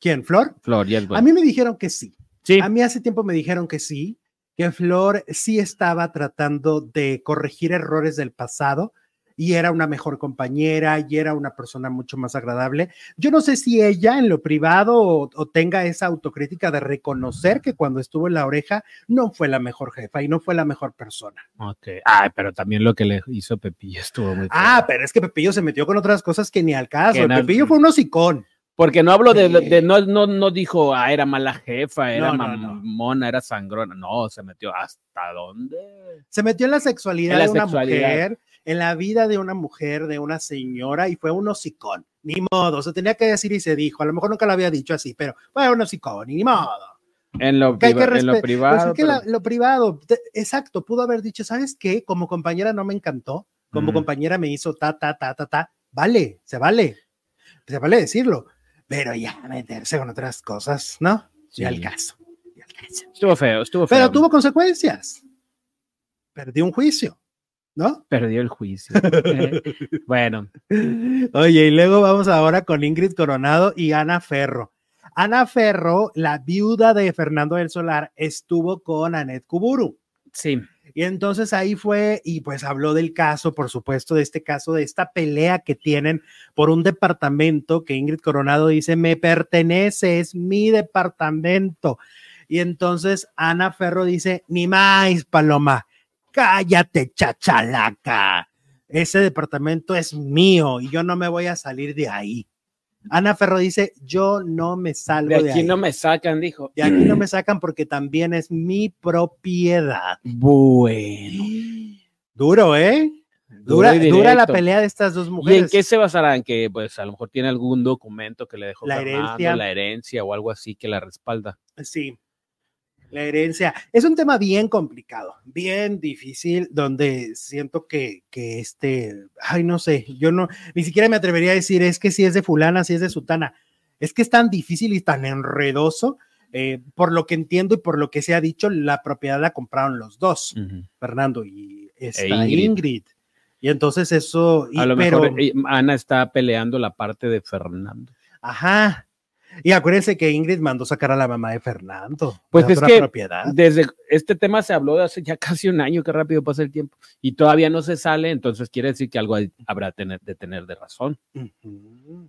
S1: ¿Quién, Flor?
S2: Flor, ya es
S1: A
S2: buena.
S1: mí me dijeron que sí.
S2: sí,
S1: A mí hace tiempo me dijeron que sí, que Flor sí estaba tratando de corregir errores del pasado y era una mejor compañera y era una persona mucho más agradable. Yo no sé si ella en lo privado o, o tenga esa autocrítica de reconocer que cuando estuvo en la oreja no fue la mejor jefa y no fue la mejor persona.
S2: ok. Ay, pero también lo que le hizo Pepillo estuvo muy.
S1: Ah,
S2: feo.
S1: pero es que Pepillo se metió con otras cosas que ni al caso.
S2: Que
S1: El
S2: no-
S1: Pepillo fue un hocicón.
S2: Porque no hablo de,
S1: Sí.
S2: de- no, no, no dijo, ah, era mala jefa, era
S1: No, no, no.
S2: mamona, era sangrona. No, se metió hasta dónde.
S1: Se metió en la sexualidad
S2: En la
S1: de una
S2: sexualidad.
S1: mujer, en la vida de una mujer, de una señora, y fue un hocicón. Ni modo, se tenía que decir y se dijo. A lo mejor nunca lo había dicho así, pero fue un hocicón, y ni modo.
S2: En lo,
S1: Que hay que
S2: priva- en lo
S1: respe-
S2: privado.
S1: Pues es que
S2: pero-
S1: la- lo privado, te- exacto, pudo haber dicho, ¿sabes qué? Como compañera no me encantó, como
S2: Mm.
S1: compañera me hizo ta, ta, ta, ta, ta. Vale, se vale, se vale decirlo, pero ya meterse con otras cosas, ¿no?
S2: Sí.
S1: Ni al caso, ni al caso.
S2: Estuvo feo, estuvo feo.
S1: Pero tuvo consecuencias. Perdió un juicio. ¿no?
S2: Perdió el juicio. Eh, bueno,
S1: Oye, y luego vamos ahora con Ingrid Coronado y Ana Ferro. Ana Ferro, la viuda de Fernando del Solar, estuvo con Anet Kuburu.
S2: sí.
S1: Y entonces ahí fue y pues habló del caso, por supuesto, de este caso, de esta pelea que tienen por un departamento que Ingrid Coronado dice, me pertenece, es mi departamento. Y entonces Ana Ferro dice, ni más, Paloma, cállate, chachalaca. Ese departamento es mío y yo no me voy a salir de ahí. Ana Ferro dice, yo no me salgo
S2: De
S1: de,
S2: aquí
S1: ahí.
S2: no me sacan, dijo.
S1: De aquí no me sacan porque también es mi propiedad.
S2: Bueno.
S1: Duro, ¿eh? Dura,
S2: Duro y
S1: dura la
S2: directo.
S1: pelea de estas dos
S2: ¿Y
S1: mujeres.
S2: en qué se basarán? Que pues a lo mejor tiene algún documento que le dejó
S1: La
S2: la herencia,
S1: herencia.
S2: la herencia o algo así que la respalda.
S1: Sí, la herencia. Es un tema bien complicado, bien difícil, donde siento que, que este, ay, no sé, yo no, ni siquiera me atrevería a decir es que si es de fulana, si es de sutana. Es que es tan difícil y tan enredoso. eh, por lo que entiendo y por lo que se ha dicho, la propiedad la compraron los
S2: Mm.
S1: dos, Fernando y esta Ingrid.
S2: Ingrid.
S1: Y entonces eso, y-
S2: A lo
S1: pero-
S2: mejor eh, Ana está peleando la parte de Fernando.
S1: Ajá. Y acuérdense que Ingrid mandó sacar a la mamá de Fernando.
S2: Pues
S1: la
S2: es
S1: otra
S2: que-
S1: propiedad.
S2: Desde este tema se habló de hace ya casi un año, qué rápido pasa el tiempo, y todavía no se sale, entonces quiere decir que algo hay- habrá tener- de tener de razón.
S1: Ujú.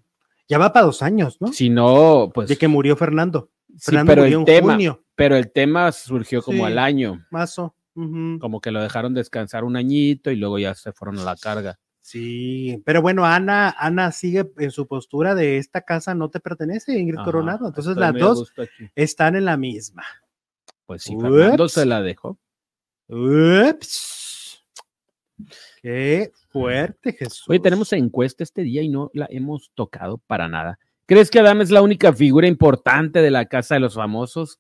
S1: Ya va para dos años, ¿no?
S2: Si no, pues
S1: De que murió Fernando.
S2: sí,
S1: Fernando
S2: pero
S1: murió
S2: el
S1: en
S2: tema,
S1: junio,
S2: pero el tema surgió como
S1: Sí.
S2: al año,
S1: mazo. Ujú.
S2: como que lo dejaron descansar un añito y luego ya se fueron a la carga.
S1: Sí, pero bueno, Ana, Ana sigue en su postura de esta casa no te pertenece, Ingrid
S2: Ajá,
S1: Coronado. Entonces
S2: estoy
S1: las
S2: muy a
S1: dos
S2: gusto aquí.
S1: están en la misma.
S2: Pues sí, Fernando
S1: Ups.
S2: se la dejó.
S1: Ups. Qué fuerte, Jesús.
S2: Oye, tenemos encuesta este día y no la hemos tocado para nada. ¿Crees que Adam es la única figura importante de la Casa de los Famosos?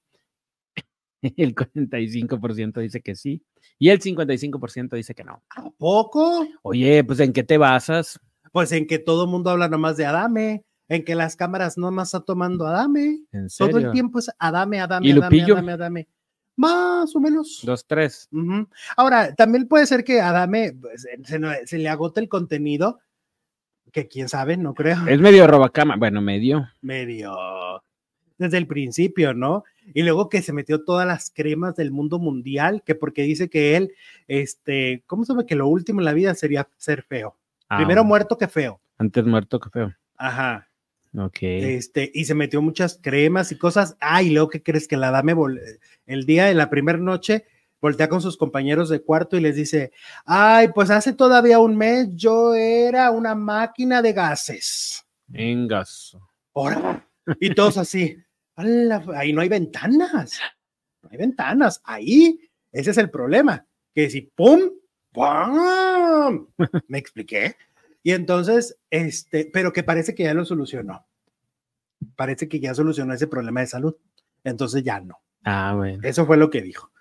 S2: El 45% dice que sí y el 55% dice que no.
S1: ¿A poco?
S2: Oye, pues ¿en qué te basas?
S1: Pues en que todo el mundo habla nomás de Adame, en que las cámaras nomás está tomando Adame.
S2: ¿En serio?
S1: Todo el tiempo es Adame, Adame,
S2: ¿Y
S1: Adame,
S2: Lupillo?
S1: Adame, Adame. Más o menos.
S2: Dos, tres.
S1: Ujú. Ahora, también puede ser que Adame pues, se, se no- se le agote el contenido, que quién sabe, no creo.
S2: Es medio robacama. Bueno, medio.
S1: Medio. Desde el principio, ¿no? Y luego que se metió todas las cremas del mundo mundial, que porque dice que él, este, ¿cómo sabe que lo último en la vida sería ser feo?
S2: Ah,
S1: Primero muerto que feo.
S2: Antes muerto que feo.
S1: Ajá.
S2: Ok.
S1: Este, y se metió muchas cremas y cosas. Ay, luego, ¿qué crees que la dame vol- el día de la primera noche? Voltea con sus compañeros de cuarto y les dice: Ay, pues hace todavía un mes yo era una máquina de gases.
S2: Vengas.
S1: Ahora, y todos así. "Ala, Ahí no hay ventanas. No hay ventanas. Ahí, ese es el problema. Que si pum, pum. Me expliqué. Y entonces, este, pero que parece que ya lo solucionó. Parece que ya solucionó ese problema de salud. Entonces ya no.
S2: Ah, bueno.
S1: Eso fue lo que dijo.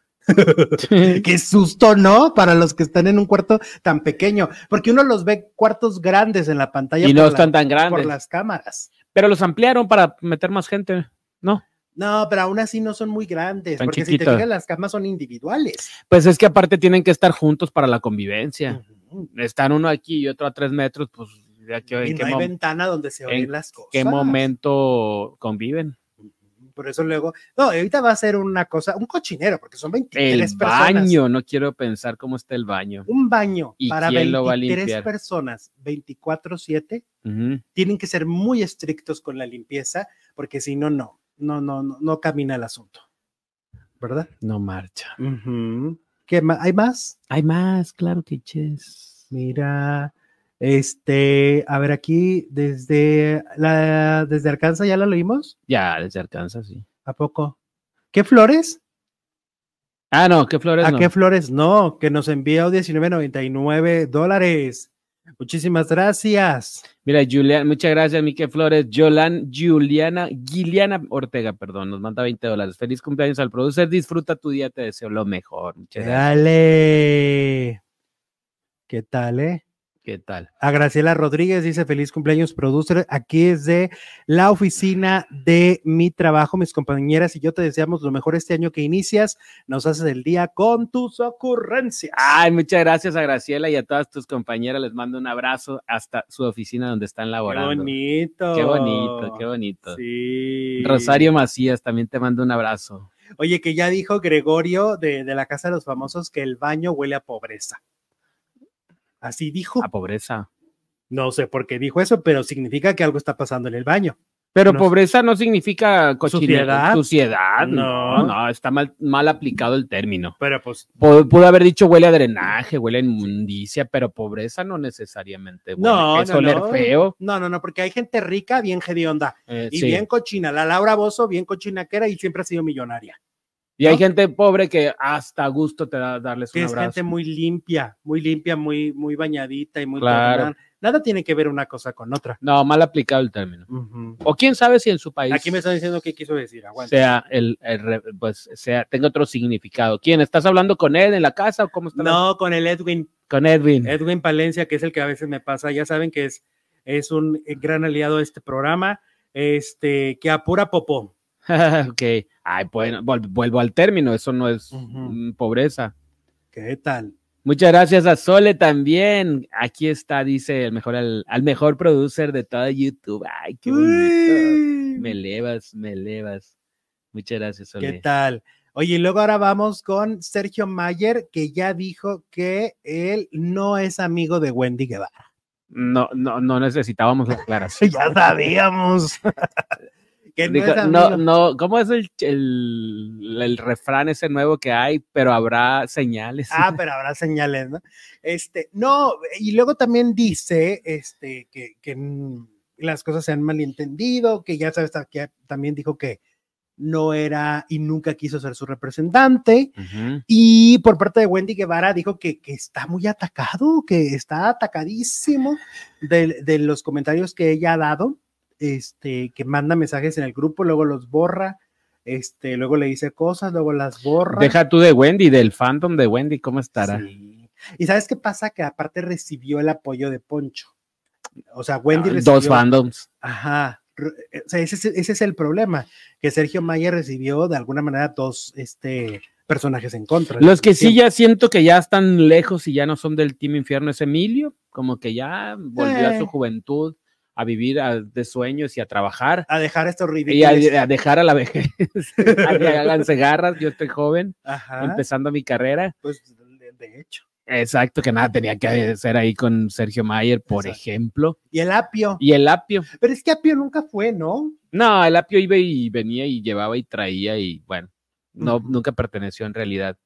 S1: Qué susto, ¿no? Para los que están en un cuarto tan pequeño, porque uno los ve cuartos grandes en la pantalla
S2: y no
S1: por
S2: están
S1: la-
S2: tan
S1: por
S2: grandes.
S1: las cámaras.
S2: Pero los ampliaron para meter más gente.
S1: No, pero aún así no son muy grandes,
S2: Están
S1: porque si te
S2: chiquitas.
S1: fijas, las camas son individuales.
S2: Pues es que aparte tienen que estar juntos para la convivencia. Están uno aquí y otro a tres metros, pues ya que,
S1: Y
S2: en, qué,
S1: no hay
S2: mo-
S1: ventana donde se oyen
S2: en
S1: las cosas.
S2: qué momento conviven.
S1: Por eso luego, no, ahorita va a ser una cosa, un cochinero, porque son 23
S2: El
S1: personas.
S2: baño, no quiero pensar cómo está el baño.
S1: Un baño
S2: ¿Y
S1: para 23
S2: quién lo va a limpiar?
S1: personas, 24-7,
S2: Ujú.
S1: tienen que ser muy estrictos con la limpieza, porque si no, no, no, no, no, no camina el asunto. ¿Verdad?
S2: No marcha.
S1: ¿Qué ma- ¿Hay más?
S2: Hay más, claro que ches.
S1: Mira, este, a ver aquí, desde la, desde Arkansas ya la leímos,
S2: Ya, les alcanza, sí.
S1: ¿a poco? ¿Qué flores?
S2: Ah, no, qué flores
S1: ¿A
S2: no.
S1: qué flores? No, que nos envió 19.99 dólares. Muchísimas gracias.
S2: Mira, Juliana, muchas gracias, Mique Flores. Yolan, Juliana, Giliana Ortega, perdón, nos manda 20 dólares. Feliz cumpleaños al producer. Disfruta tu día, te deseo lo mejor. Muchas gracias.
S1: Dale. ¿Qué tal, eh?
S2: ¿Qué tal?
S1: A Graciela Rodríguez dice feliz cumpleaños, producer. Aquí es de la oficina de mi trabajo. Mis compañeras y yo te deseamos lo mejor este año que inicias. Nos haces el día con tus ocurrencias.
S2: Ay, muchas gracias a Graciela y a todas tus compañeras. Les mando un abrazo hasta su oficina donde están laborando.
S1: Qué bonito.
S2: Qué bonito, qué bonito.
S1: Sí.
S2: Rosario Macías, también te mando un abrazo.
S1: Oye, que ya dijo Gregorio de, de la Casa de los Famosos que el baño huele a pobreza. Así dijo.
S2: A pobreza.
S1: No sé por qué dijo eso, pero significa que algo está pasando en el baño.
S2: Pero
S1: No sé.
S2: pobreza no significa cochinera,
S1: Suciedad.
S2: suciedad. No,
S1: No.
S2: no, está mal, mal aplicado el término.
S1: Pero pues.
S2: Pudo, pudo haber dicho huele a drenaje, huele a inmundicia, pero pobreza no necesariamente. huele.
S1: No,
S2: es
S1: no,
S2: oler
S1: no.
S2: feo.
S1: No, no, no, porque hay gente rica, bien hedionda
S2: eh,
S1: y
S2: sí.
S1: bien cochina. La Laura Bozo, bien cochinaquera y siempre ha sido millonaria.
S2: Y hay
S1: ¿no?
S2: gente pobre que hasta gusto te da darles
S1: Que
S2: un
S1: es
S2: abrazo.
S1: gente muy limpia, muy limpia, muy, muy bañadita y muy.
S2: Claro.
S1: ordenada. Nada tiene que ver una cosa con otra.
S2: No, mal aplicado el término.
S1: Ujú.
S2: O quién sabe si en su país
S1: Aquí me están diciendo qué quiso decir. Aguanta.
S2: sea el, el re- pues sea tenga otro significado. ¿Quién estás hablando con él en la casa o cómo estás
S1: No, con el Edwin.
S2: con Edwin?
S1: Edwin Palencia, que es el que a veces me pasa, ya saben que es, es un gran aliado de este programa, este, que apura popó.
S2: ok. Ay, bueno, vol- vuelvo al término, eso no es
S1: Ujú.
S2: mm, pobreza.
S1: ¿Qué tal?
S2: Muchas gracias a Sole también. Aquí está, dice el mejor al, al mejor producer de toda YouTube. Ay, qué bonito.
S1: Uy,
S2: Me elevas, me elevas. Muchas gracias, Sole.
S1: ¿Qué tal? Oye, y luego ahora vamos con Sergio Mayer, que ya dijo que él no es amigo de Wendy Guevara.
S2: No, no, no necesitábamos la aclaración.
S1: Ya sabíamos. que no
S2: Dijo,
S1: es amigo.
S2: no, no, ¿cómo es el, el, el refrán ese nuevo que hay? Pero habrá señales.
S1: Ah, pero habrá señales, ¿no? Este, no, y luego también dice este, que, que, mm, las cosas se han malentendido, que ya sabes, ta- que también dijo que no era y nunca quiso ser su representante.
S2: Ujú.
S1: Y por parte de Wendy Guevara dijo que, que está muy atacado, que está atacadísimo de, de los comentarios que ella ha dado, este, que manda mensajes en el grupo, luego los borra, este, luego le dice cosas, luego las borra.
S2: Deja ¿ah? tú de Wendy, del fandom de Wendy, ¿cómo estará?
S1: Sí. Y sabes qué pasa? Que aparte recibió el apoyo de Poncho. O sea, Wendy
S2: Ah,
S1: recibió.
S2: Dos fandoms.
S1: Ajá. Re- o sea, ese, es- ese es el problema, que Sergio Mayer recibió de alguna manera dos este, personajes en contra.
S2: Los que sí ya siento que ya están lejos y ya no son del Team Infierno es Emilio, como que ya volvió a
S1: Eh.
S2: su juventud a vivir a- de sueños y a trabajar
S1: A dejar estos
S2: y a,
S1: ridículos.
S2: a dejar a la vejez, a que háganse garras, yo estoy joven,
S1: Ajá.
S2: empezando mi carrera.
S1: Pues, de, de hecho.
S2: Exacto, que nada tenía que ser ahí con Sergio Mayer, por
S1: Exacto.
S2: ejemplo.
S1: Y el apio.
S2: Y el apio.
S1: Pero es que apio nunca fue, ¿no?
S2: No, el apio iba y venía y llevaba y traía y bueno, no,
S1: Ujú.
S2: nunca perteneció en realidad.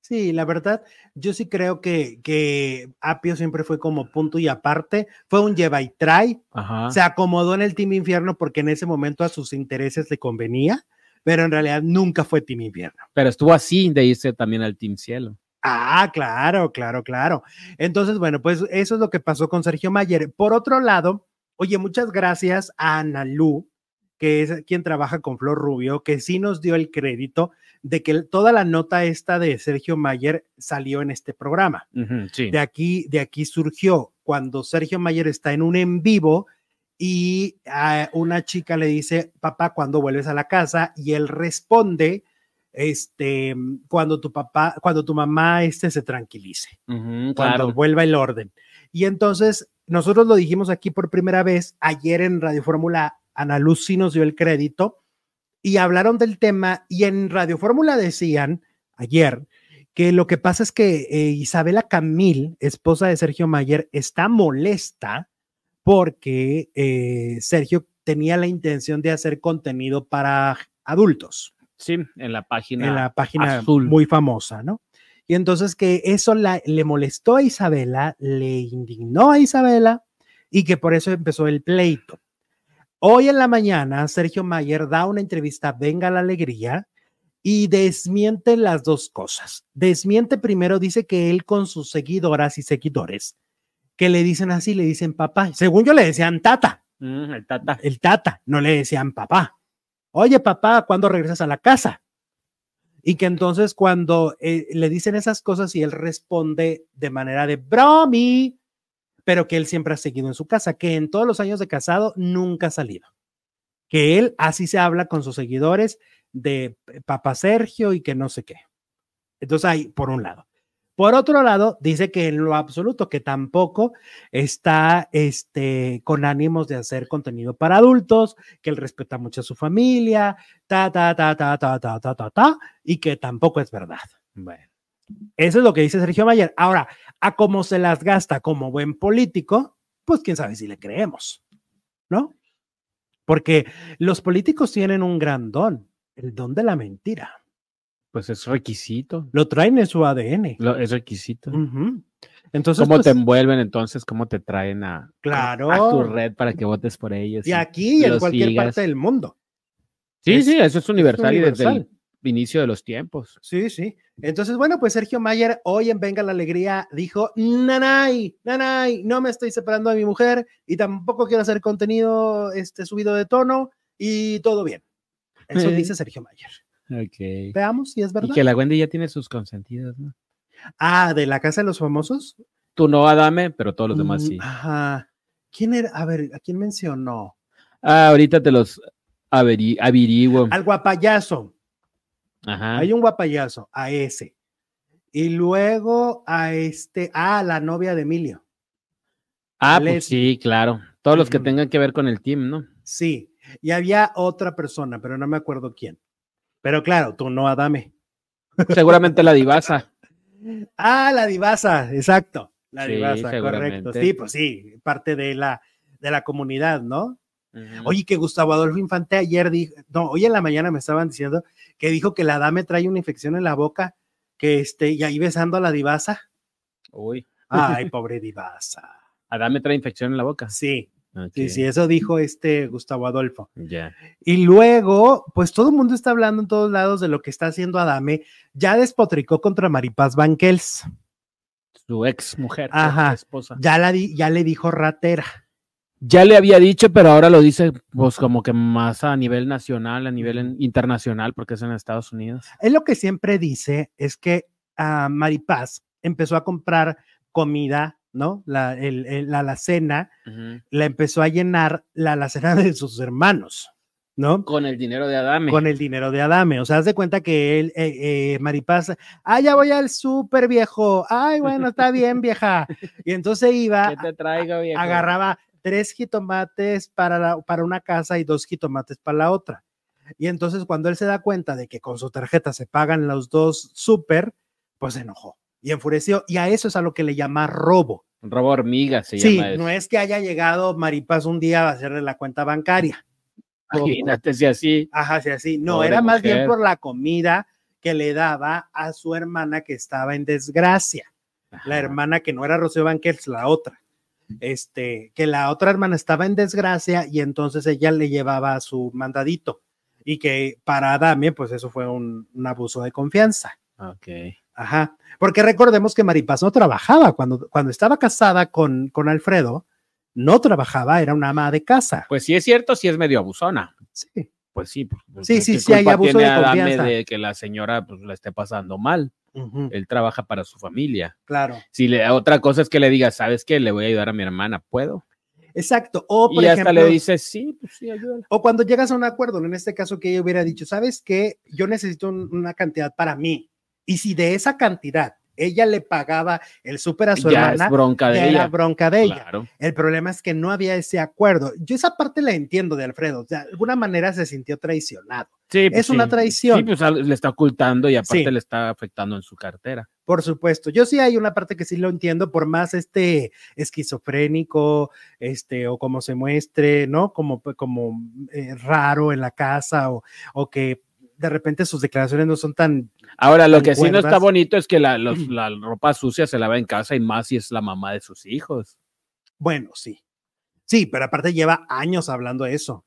S1: Sí, la verdad, yo sí creo que, que apio siempre fue como punto y aparte. Fue un lleva y trae,
S2: Ajá.
S1: se acomodó en el Team Infierno porque en ese momento a sus intereses le convenía, pero en realidad nunca fue Team Infierno.
S2: Pero estuvo así de irse también al Team Cielo.
S1: Ah, claro, claro, claro. Entonces, bueno, pues eso es lo que pasó con Sergio Mayer. Por otro lado, oye, muchas gracias a Ana Lu, que es quien trabaja con Flor Rubio, que sí nos dio el crédito de que toda la nota esta de Sergio Mayer salió en este programa
S2: Ujú, sí.
S1: de aquí, de aquí surgió cuando Sergio Mayer está en un en vivo y ah, una chica le dice, papá, ¿cuándo vuelves a la casa? Y él responde, este, cuando tu papá, cuando tu mamá este se tranquilice,
S2: Ujú,
S1: cuando
S2: claro.
S1: vuelva el orden. Y entonces nosotros lo dijimos aquí por primera vez ayer en Radio Fórmula, Ana Luz sí nos dio el crédito y hablaron del tema y en Radio Fórmula decían ayer que lo que pasa es que eh, Isabela Camil, esposa de Sergio Mayer, está molesta porque eh, Sergio tenía la intención de hacer contenido para adultos
S2: Sí, en la página.
S1: en la página
S2: azul.
S1: muy famosa, ¿no? Y entonces que eso la- le molestó a Isabela, le indignó a Isabela y que por eso empezó el pleito. Hoy en la mañana, Sergio Mayer da una entrevista a Venga la Alegría y desmiente las dos cosas. Desmiente primero, dice que él con sus seguidoras y seguidores, que le dicen así, le dicen papá. Según yo le decían tata
S2: Mm, el Tata.
S1: el tata, no le decían papá. Oye, papá, ¿cuándo regresas a la casa? Y que entonces cuando eh, le dicen esas cosas y él responde de manera de bromi, pero que él siempre ha seguido en su casa, que en todos los años de casado nunca ha salido. Que él así se habla con sus seguidores de Papa Sergio y que no sé qué. Entonces ahí, por un lado. Por otro lado, dice que en lo absoluto, que tampoco está este, con ánimos de hacer contenido para adultos, que él respeta mucho a su familia, ta, ta, ta, ta, ta, ta, ta, ta, ta, y que tampoco es verdad. Bueno, eso es lo que dice Sergio Mayer. Ahora, a cómo se las gasta como buen político, pues quién sabe si le creemos, ¿no? Porque los políticos tienen un gran don, el don de la mentira.
S2: Pues es requisito.
S1: Lo traen en su ADN.
S2: Lo- es requisito.
S1: Ujú. Entonces,
S2: ¿Cómo
S1: pues,
S2: te envuelven entonces? ¿Cómo te traen a,
S1: Claro.
S2: a tu red para que votes por ellos?
S1: y aquí y en
S2: los
S1: cualquier
S2: sigas?
S1: parte del mundo.
S2: Sí,
S1: es-
S2: sí, eso es universal, y desde
S1: universal.
S2: el inicio de los tiempos.
S1: Sí, sí. Entonces, bueno, pues Sergio Mayer hoy en Venga la Alegría dijo, nanay, nanay, no me estoy separando de mi mujer y tampoco quiero hacer contenido este, subido de tono y todo bien. Eso
S2: Eh.
S1: dice Sergio Mayer.
S2: Ok. Y
S1: Veamos si es verdad.
S2: que la Wendy ya tiene sus consentidos, ¿no?
S1: Ah, de la Casa de los Famosos.
S2: Tú no, Adame, pero todos los demás
S1: Mm,
S2: sí.
S1: Ajá. ¿Quién era? A ver, ¿a quién mencionó?
S2: Ah, ahorita te los averi- averiguo.
S1: Al guapayazo.
S2: Ajá.
S1: Ah, Hay un guapayazo, a ese. Y luego a este, ah, la novia de Emilio.
S2: Ah,
S1: Leslie.
S2: pues sí, claro. Todos los que
S1: Ujú.
S2: tengan que ver con el team, ¿no?
S1: Sí, y había otra persona, pero no me acuerdo quién. Pero claro, tú no, Adame.
S2: Seguramente la divasa.
S1: Ah, la divasa, exacto. La
S2: Sí,
S1: divasa, correcto.
S2: seguramente.
S1: Sí, pues sí, parte de la, de la comunidad, ¿no? Oye, que Gustavo Adolfo Infante ayer dijo, no, hoy en la mañana me estaban diciendo que dijo que la Adame trae una infección en la boca, que este, y ahí besando a la divasa.
S2: Uy.
S1: Ay, pobre divasa.
S2: Adame trae infección en la boca.
S1: Sí, sí,
S2: Ok,
S1: sí, eso dijo este Gustavo Adolfo.
S2: Ya.
S1: Y luego, pues todo el mundo está hablando en todos lados de lo que está haciendo Adame. Ya despotricó contra Maripaz Banquels.
S2: Su ex mujer, su
S1: Ajá.
S2: ex esposa.
S1: Ya, la di- ya le dijo ratera.
S2: Ya le había dicho, pero ahora lo dice, pues como que más a nivel nacional, a nivel en- internacional, porque es en Estados Unidos.
S1: Él lo que siempre dice es que a Maripaz empezó a comprar comida, ¿no? La, el- el- la alacena, la empezó a llenar la alacena de sus hermanos, ¿no?
S2: Con el dinero de Adame.
S1: Con el dinero de Adame. O sea, haz de cuenta que él, eh, eh, Maripaz, ah, ya voy al súper viejo. Ay, bueno, está bien, vieja. Y entonces iba
S2: ¿Qué te traigo, viejo?
S1: agarraba tres jitomates para, la- para una casa y dos jitomates para la otra. Y entonces cuando él se da cuenta de que con su tarjeta se pagan los dos súper, pues se enojó y enfureció. Y a eso es a lo que le llama robo.
S2: Robo hormiga se
S1: Sí,
S2: llama eso.
S1: no es que haya llegado Maripaz un día a hacerle la cuenta bancaria.
S2: Imagínate si así.
S1: Ajá, sí, así. No,
S2: Pobre
S1: era más bien
S2: mujer.
S1: por la comida que le daba a su hermana que estaba en desgracia. La
S2: Ajá.
S1: hermana que no era Rocío Banquels, la otra. Este, que la otra hermana estaba en desgracia y entonces ella le llevaba su mandadito. Y que para Adame, pues eso fue un, un abuso de confianza.
S2: Ok.
S1: Ajá. Porque recordemos que Maripaz no trabajaba cuando, cuando estaba casada con, con Alfredo, no trabajaba, era una ama de casa.
S2: Pues sí es cierto, sí es medio abusona.
S1: Sí.
S2: Pues sí. pues,
S1: Sí,
S2: ¿qué-
S1: sí,
S2: qué
S1: sí, hay
S2: culpa
S1: abuso
S2: tiene
S1: de
S2: Adame
S1: confianza.
S2: de que la señora pues, la esté pasando mal.
S1: Ujú,
S2: Él trabaja para su familia.
S1: claro.
S2: Si le, otra cosa es que le diga, ¿sabes qué? Le voy a ayudar a mi hermana, ¿puedo?
S1: Exacto. O, por
S2: y hasta
S1: ejemplo,
S2: le dice, sí, pues sí, ayúdala.
S1: O cuando llegas a un acuerdo, en este caso que ella hubiera dicho, sabes que yo necesito un- una cantidad para mí. Y si de esa cantidad ella le pagaba el súper a su
S2: Ya es
S1: hermana,
S2: bronca
S1: ya
S2: de
S1: era
S2: ella.
S1: bronca de ella.
S2: Claro.
S1: El problema es que no había ese acuerdo. Yo esa parte la entiendo de Alfredo. De alguna manera se sintió traicionado.
S2: Sí,
S1: Es una
S2: sí.
S1: traición.
S2: Sí, pues al- le está ocultando y aparte
S1: Sí.
S2: le está afectando en su cartera.
S1: Por supuesto, yo sí hay una parte que sí lo entiendo, por más este esquizofrénico, este, o como se muestre, ¿no? Como, pues, como eh, raro en la casa, o, o que de repente sus declaraciones no son tan
S2: Ahora, lo que sí no
S1: ¿Concuerdas?
S2: está bonito es que la, los- la ropa sucia se lava en casa y más si es la mamá de sus hijos.
S1: Bueno, sí. Sí, pero aparte lleva años hablando de eso.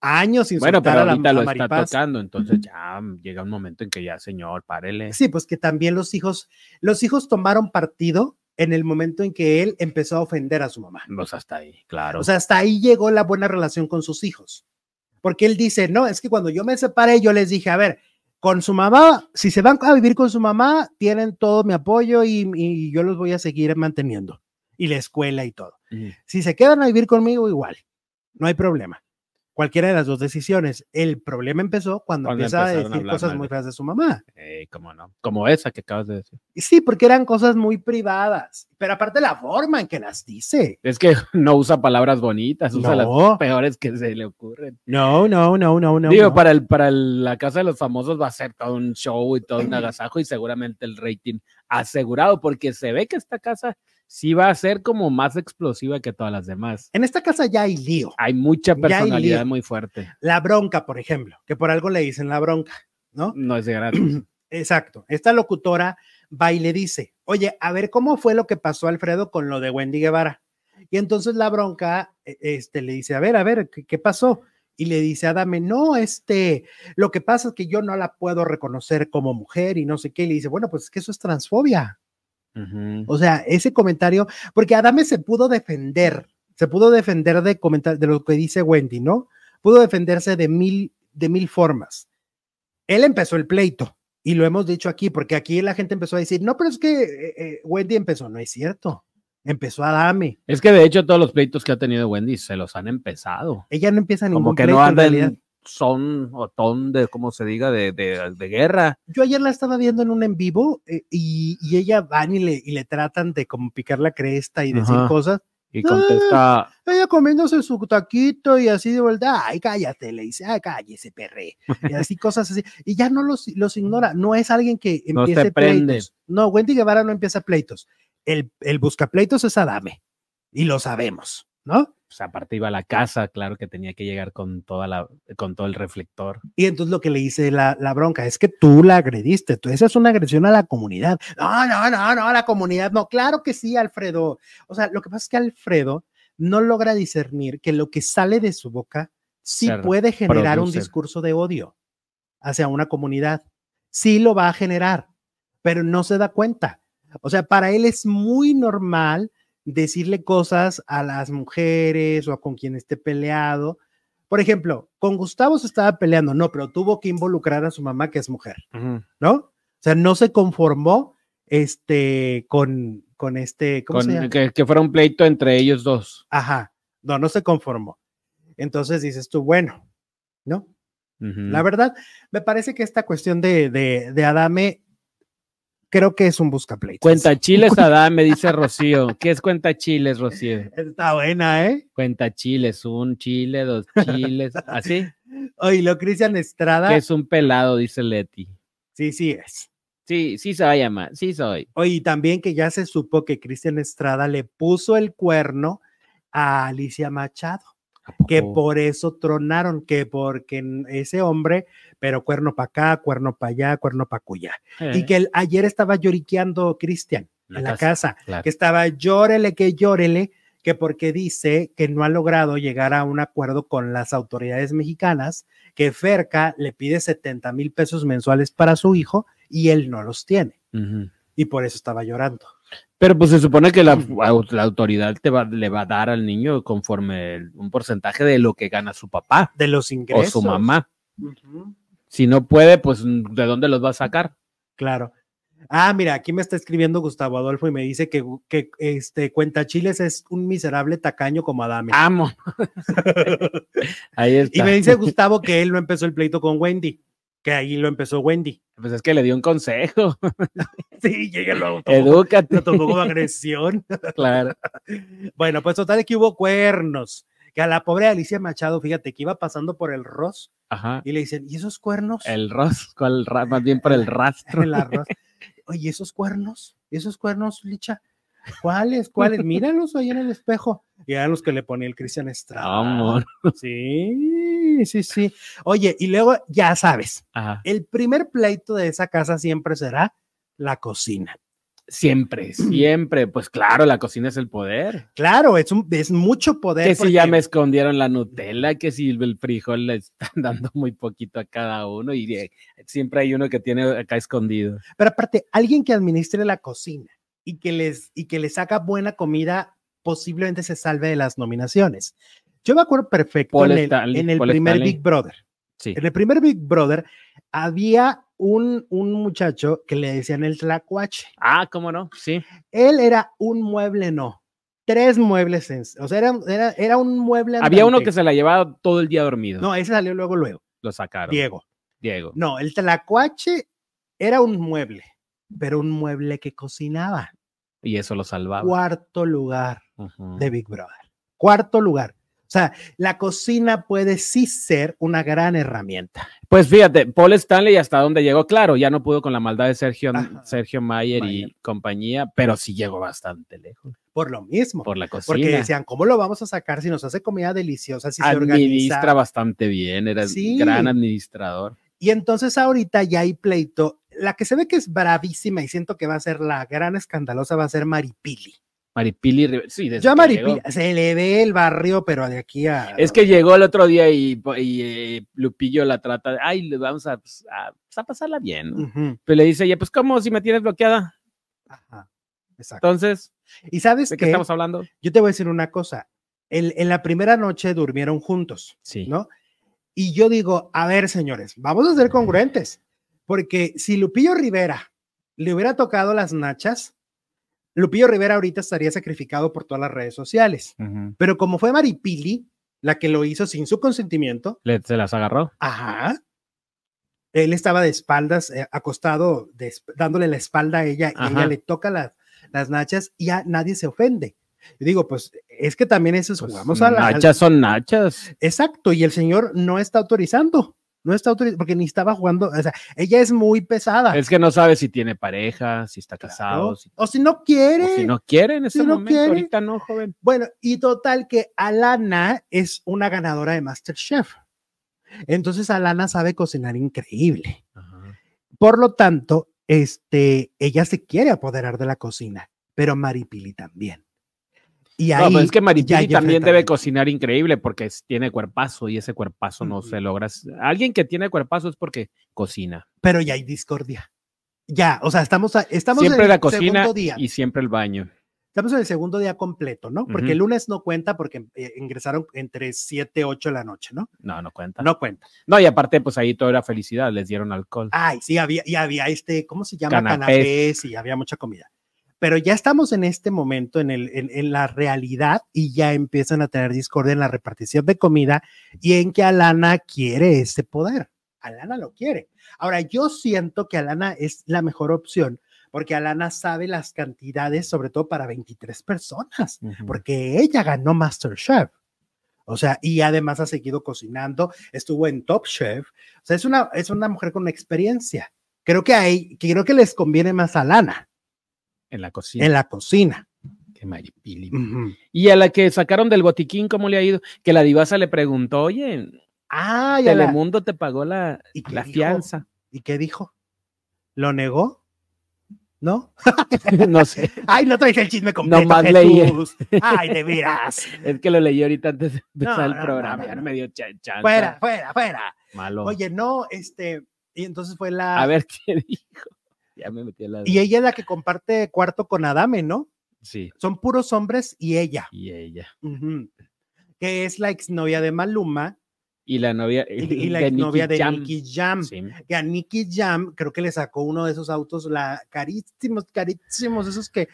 S1: Años sin
S2: Bueno,
S1: soltar
S2: pero
S1: a la-
S2: ahorita
S1: a
S2: lo está
S1: Maripaz.
S2: tocando, entonces ya mm, llega un momento en que ya, señor, párele.
S1: Sí, pues que también los hijos, los hijos tomaron partido en el momento en que él empezó a ofender a su mamá.
S2: Pues hasta ahí, claro.
S1: O sea, hasta ahí llegó la buena relación con sus hijos. Porque él dice, no, es que cuando yo me separé, yo les dije, a ver, con su mamá, si se van a vivir con su mamá, tienen todo mi apoyo y, y yo los voy a seguir manteniendo. Y la escuela y todo.
S2: Mm.
S1: Si se quedan a vivir conmigo, igual. No hay problema. Cualquiera de las dos decisiones. El problema empezó cuando,
S2: Cuando
S1: empieza a
S2: empezaron a
S1: decir
S2: hablar
S1: cosas
S2: mal.
S1: muy feas de su mamá.
S2: Eh, ¿Cómo no? Como esa que acabas de decir.
S1: Y sí, porque eran cosas muy privadas. Pero aparte la forma en que las dice.
S2: Es que no usa palabras bonitas, usa las
S1: No,
S2: peores que se le ocurren.
S1: no, no, no, no, no.
S2: Digo,
S1: no.
S2: para, el, para el- la Casa de los Famosos va a ser todo un show y todo un agasajo y seguramente el rating asegurado, porque se ve que esta casa sí va a ser como más explosiva que todas las demás.
S1: En esta casa ya hay lío.
S2: Hay
S1: Ya
S2: mucha
S1: hay
S2: personalidad
S1: lío.
S2: muy fuerte.
S1: La bronca, por ejemplo, que por algo le dicen la bronca, ¿no?
S2: No es de gratis.
S1: Exacto. Esta locutora va y le dice, oye, a ver cómo fue lo que pasó Alfredo con lo de Wendy Guevara. Y entonces la bronca e- este, le dice, a ver, a ver, ¿qué, qué pasó? Y le dice a Dame, no, este, lo que pasa es que yo no la puedo reconocer como mujer y no sé qué. Y le dice, bueno, pues es que eso es transfobia.
S2: Ujú.
S1: O sea, ese comentario, porque Adame se pudo defender, se pudo defender de comentar de lo que dice Wendy, ¿no? Pudo defenderse de mil, de mil formas. Él empezó el pleito y lo hemos dicho aquí, porque aquí la gente empezó a decir, no, pero es que eh, eh, Wendy empezó, no es cierto, empezó Adame,
S2: Es que de hecho todos los pleitos que ha tenido Wendy se los han empezado.
S1: ella no empieza ningún
S2: Como que
S1: pleito
S2: no
S1: en
S2: anda
S1: realidad.
S2: en son o ton de, como se diga, de, de- de guerra.
S1: Yo ayer la estaba viendo en un en vivo eh, y, y ella van y le, y le tratan de como picar la cresta y decir
S2: Ajá.
S1: cosas.
S2: Y contesta,
S1: ella comiéndose su taquito y así de vuelta, ay, cállate, le dice, ay, cállese, perre, y así cosas así, y ya no los, los ignora, no es alguien que
S2: No se
S1: empiece
S2: prende.
S1: pleitos. No, Wendy Guevara no empieza pleitos, el, el buscapleitos es Adame, y lo sabemos, ¿no?
S2: pues aparte iba a la casa, claro que tenía que llegar con toda la, con todo el reflector.
S1: Y entonces lo que le dice la, la bronca es que tú la agrediste, tú, esa es una agresión a la comunidad. No, no, no, no, a la comunidad, no, claro que sí, Alfredo. O sea, lo que pasa es que Alfredo no logra discernir que lo que sale de su boca sí
S2: Se
S1: puede generar un
S2: reproduce.
S1: discurso de odio hacia una comunidad, sí lo va a generar, pero no se da cuenta. O sea, para él es muy normal decirle cosas a las mujeres o a con quien esté peleado, por ejemplo, con Gustavo se estaba peleando, no, pero tuvo que involucrar a su mamá, que es mujer, ¿no? O sea, no se conformó este con, con este, ¿cómo se
S2: Con,
S1: llama?
S2: que, que fuera un pleito entre ellos dos.
S1: Ajá, no, no se conformó. Entonces dices tú, bueno, ¿no?
S2: Ujú.
S1: La verdad, me parece que esta cuestión de, de, de Adame, creo que es un buscapleitos.
S2: Cuenta chiles, Adán, me dice Rocío. ¿Qué es cuenta chiles, Rocío?
S1: Está buena, ¿eh?
S2: Cuenta chiles, un chile, dos chiles, así.
S1: Oye, lo Cristian Estrada,
S2: ¿Qué es un pelado? Dice Leti.
S1: sí, sí es.
S2: Sí, sí se va a llamar, sí soy.
S1: Oye, y también que ya se supo que Cristian Estrada le puso el cuerno a Alicia Machado, que
S2: Oh.
S1: por eso tronaron, que porque n- ese hombre, pero cuerno para acá, cuerno para allá, cuerno para cuya. Y
S2: Eh,
S1: que el- ayer estaba lloriqueando Cristian
S2: La
S1: en la
S2: casa,
S1: casa,
S2: claro.
S1: que estaba llórele, que llórele, que porque dice que no ha logrado llegar a un acuerdo con las autoridades mexicanas, que Ferca le pide 70 mil pesos mensuales para su hijo y él no los tiene.
S2: Ujú.
S1: Y por eso estaba llorando.
S2: Pero pues se supone que la, au- la autoridad te va, le va a dar al niño conforme el- un porcentaje de lo que gana su papá
S1: de los
S2: o
S1: ingresos.
S2: su mamá.
S1: Ujú,
S2: Si no puede, pues ¿de dónde los va a sacar?
S1: Claro. Ah, mira, aquí me está escribiendo Gustavo Adolfo y me dice que, gu- que este Cuentachiles es un miserable tacaño como Adame.
S2: Amo. Ahí está.
S1: y me dice Gustavo que él no empezó el pleito con Wendy, que ahí lo empezó Wendy.
S2: Pues es que le dio un consejo.
S1: Sí, llegué luego. Tomó,
S2: Edúcate.
S1: lo tomó como agresión.
S2: Claro.
S1: Bueno, pues total que hubo cuernos. Que a la pobre Alicia Machado, fíjate, que iba pasando por el Ross
S2: Ajá.
S1: y le dicen, ¿y esos cuernos?
S2: El ras, ¿cuál ra- más bien por el rastro.
S1: el arroz. Oye, esos cuernos, esos cuernos, Licha, ¿cuáles? ¿Cuáles? Míralos ahí en el espejo. Y eran los que le ponía el Cristian
S2: Ah.
S1: Estrada.
S2: Amor.
S1: Sí, sí, sí. Oye, y luego ya sabes,
S2: Ajá.
S1: el primer pleito de esa casa siempre será la cocina.
S2: Siempre, siempre. Pues claro, la cocina es el poder.
S1: Claro, es, un, es mucho poder.
S2: Que si ya
S1: porque-
S2: me escondieron la Nutella, que si el frijol le están dando muy poquito a cada uno y eh, siempre hay uno que tiene acá escondido.
S1: Pero aparte, alguien que administre la cocina y que les y que les haga buena comida posiblemente se salve de las nominaciones. Yo me acuerdo perfecto
S2: Paul
S1: en el,
S2: Stanley,
S1: en el
S2: Paul
S1: primer
S2: Stanley.
S1: Big Brother.
S2: Sí.
S1: En el primer Big Brother había un, un muchacho que le decían el tlacuache.
S2: Ah, cómo no, sí.
S1: Él era un mueble, no. Tres muebles, en- o sea, era, era, era un mueble.
S2: Había uno
S1: andante.
S2: que se la llevaba todo el día dormido.
S1: No, ese salió luego, luego.
S2: Lo sacaron. Diego.
S1: Diego. No, el tlacuache era un mueble, pero un mueble que cocinaba.
S2: Y eso lo salvaba.
S1: Cuarto lugar
S2: Ujú.
S1: de Big Brother. Cuarto lugar. O sea, la cocina puede sí ser una gran herramienta.
S2: Pues fíjate, Paul Stanley hasta donde llegó, claro, ya no pudo con la maldad de Sergio,
S1: Ajá.
S2: Sergio Mayer
S1: Mayer.
S2: y compañía, pero sí llegó bastante lejos
S1: Por lo mismo.
S2: por la cocina.
S1: porque decían, ¿cómo lo vamos a sacar si nos hace comida deliciosa, si se organiza?
S2: Administra bastante bien, era un
S1: Sí.
S2: gran administrador.
S1: Y entonces ahorita ya hay pleito. La que se ve que es bravísima y siento que va a ser la gran escandalosa va a ser Maripili.
S2: Maripili Rivera. Sí, desde
S1: Yo a
S2: que
S1: Maripili
S2: llegó.
S1: se le ve el barrio, pero de aquí a...
S2: Es que llegó el otro día y, y, eh, Lupillo la trata, de, ay, le vamos a, pues, a- pues, a pasarla bien. ¿no?".
S1: Ujú,
S2: Pero le dice, ya, pues, ¿cómo si me tienes bloqueada?
S1: ajá, Exacto.
S2: Entonces,
S1: Y sabes
S2: ¿de
S1: que
S2: qué estamos hablando?
S1: yo te voy a decir una cosa. El- en la primera noche durmieron juntos.
S2: Sí.
S1: ¿no? Y yo digo, a ver, señores, vamos a ser congruentes, porque si Lupillo Rivera le hubiera tocado las nachas, Lupillo Rivera ahorita estaría sacrificado por todas las redes sociales.
S2: Ujú.
S1: Pero como fue Maripili la que lo hizo sin su consentimiento,
S2: Le- se las agarró.
S1: Pues, ajá, él estaba de espaldas, eh, acostado, de esp- dándole la espalda a ella, y
S2: Ajá.
S1: ella le toca la- las nachas y ya nadie se ofende. Y digo, pues es que también eso es,
S2: Pues,
S1: jugamos a la, al-
S2: nachas son nachas.
S1: Exacto, y el señor no está autorizando, no está autorizando, porque ni estaba jugando, o sea, ella es muy pesada.
S2: Es que no sabe si tiene pareja, si está casado,
S1: ¿no?
S2: si,
S1: O si no quiere.
S2: o si no quiere en ese
S1: Si no
S2: momento.
S1: quiere.
S2: Ahorita no, joven.
S1: Bueno, y total que Alana es una ganadora de MasterChef. Entonces Alana sabe cocinar increíble. Por lo tanto, este, ella se quiere apoderar de la cocina, pero Maripili también. Y
S2: No,
S1: ahí
S2: pero es que
S1: ya
S2: Maripili
S1: hay
S2: también debe
S1: enfrentamiento.
S2: cocinar increíble porque es- tiene cuerpazo y ese cuerpazo no
S1: Ujú.
S2: se logra. Alguien que tiene cuerpazo es porque cocina.
S1: pero ya hay discordia. Ya, o sea, estamos, a- estamos
S2: siempre
S1: en
S2: la
S1: el
S2: cocina
S1: segundo día.
S2: y siempre el baño.
S1: Estamos en el segundo día completo, ¿no? Porque
S2: Ujú.
S1: el lunes no cuenta porque eh, ingresaron entre 7 y 8 de la noche, ¿no?
S2: No, no cuenta. No.
S1: No cuenta.
S2: y aparte, pues ahí todo era felicidad, les dieron alcohol.
S1: Ay, sí, había, y había este, ¿cómo se llama?
S2: Canapés.
S1: Canapés y había mucha comida. Pero ya estamos en este momento, en, el, en, en la realidad, y ya empiezan a tener discordia en la repartición de comida y en que Alana quiere ese poder. Alana lo quiere. Ahora, yo siento que Alana es la mejor opción porque Alana sabe las cantidades, sobre todo para 23 personas.
S2: Ujú.
S1: porque ella ganó MasterChef. O sea, y además ha seguido cocinando, estuvo en Top Chef. O sea, es una, es una mujer con experiencia. Creo que ahí, creo que les conviene más a Lana
S2: en la cocina.
S1: en la cocina.
S2: Qué Maripili.
S1: Ujú.
S2: Y a la que sacaron del botiquín, ¿cómo le ha ido? Que la divasa le preguntó, oye,
S1: Ah, ya la-
S2: Telemundo te pagó la,
S1: ¿Y qué
S2: la
S1: dijo?
S2: fianza.
S1: ¿Y qué dijo? ¿Lo negó? ¿No?
S2: no sé,
S1: Ay, no traes el chisme completo,
S2: Nomás leí.
S1: Jesús. Ay, de veras.
S2: es que lo leí ahorita antes de
S1: No,
S2: empezar
S1: no,
S2: el programa.
S1: no,
S2: ya
S1: no.
S2: no me dio cha- chance.
S1: Fuera, fuera, fuera.
S2: Malo.
S1: Oye, no, este, y entonces fue la...
S2: a ver qué dijo. Ya me metí a la.
S1: Y ella es la que comparte cuarto con Adame, ¿no?
S2: sí,
S1: Son puros hombres y ella.
S2: y ella.
S1: Ujú. que es la exnovia de Maluma
S2: Y la novia.
S1: y, y la
S2: de
S1: exnovia
S2: Nicky
S1: de
S2: Jam.
S1: Nicky Jam.
S2: Sí.
S1: Que a Nicky Jam creo que le sacó uno de esos autos, la carísimos, carísimos, esos que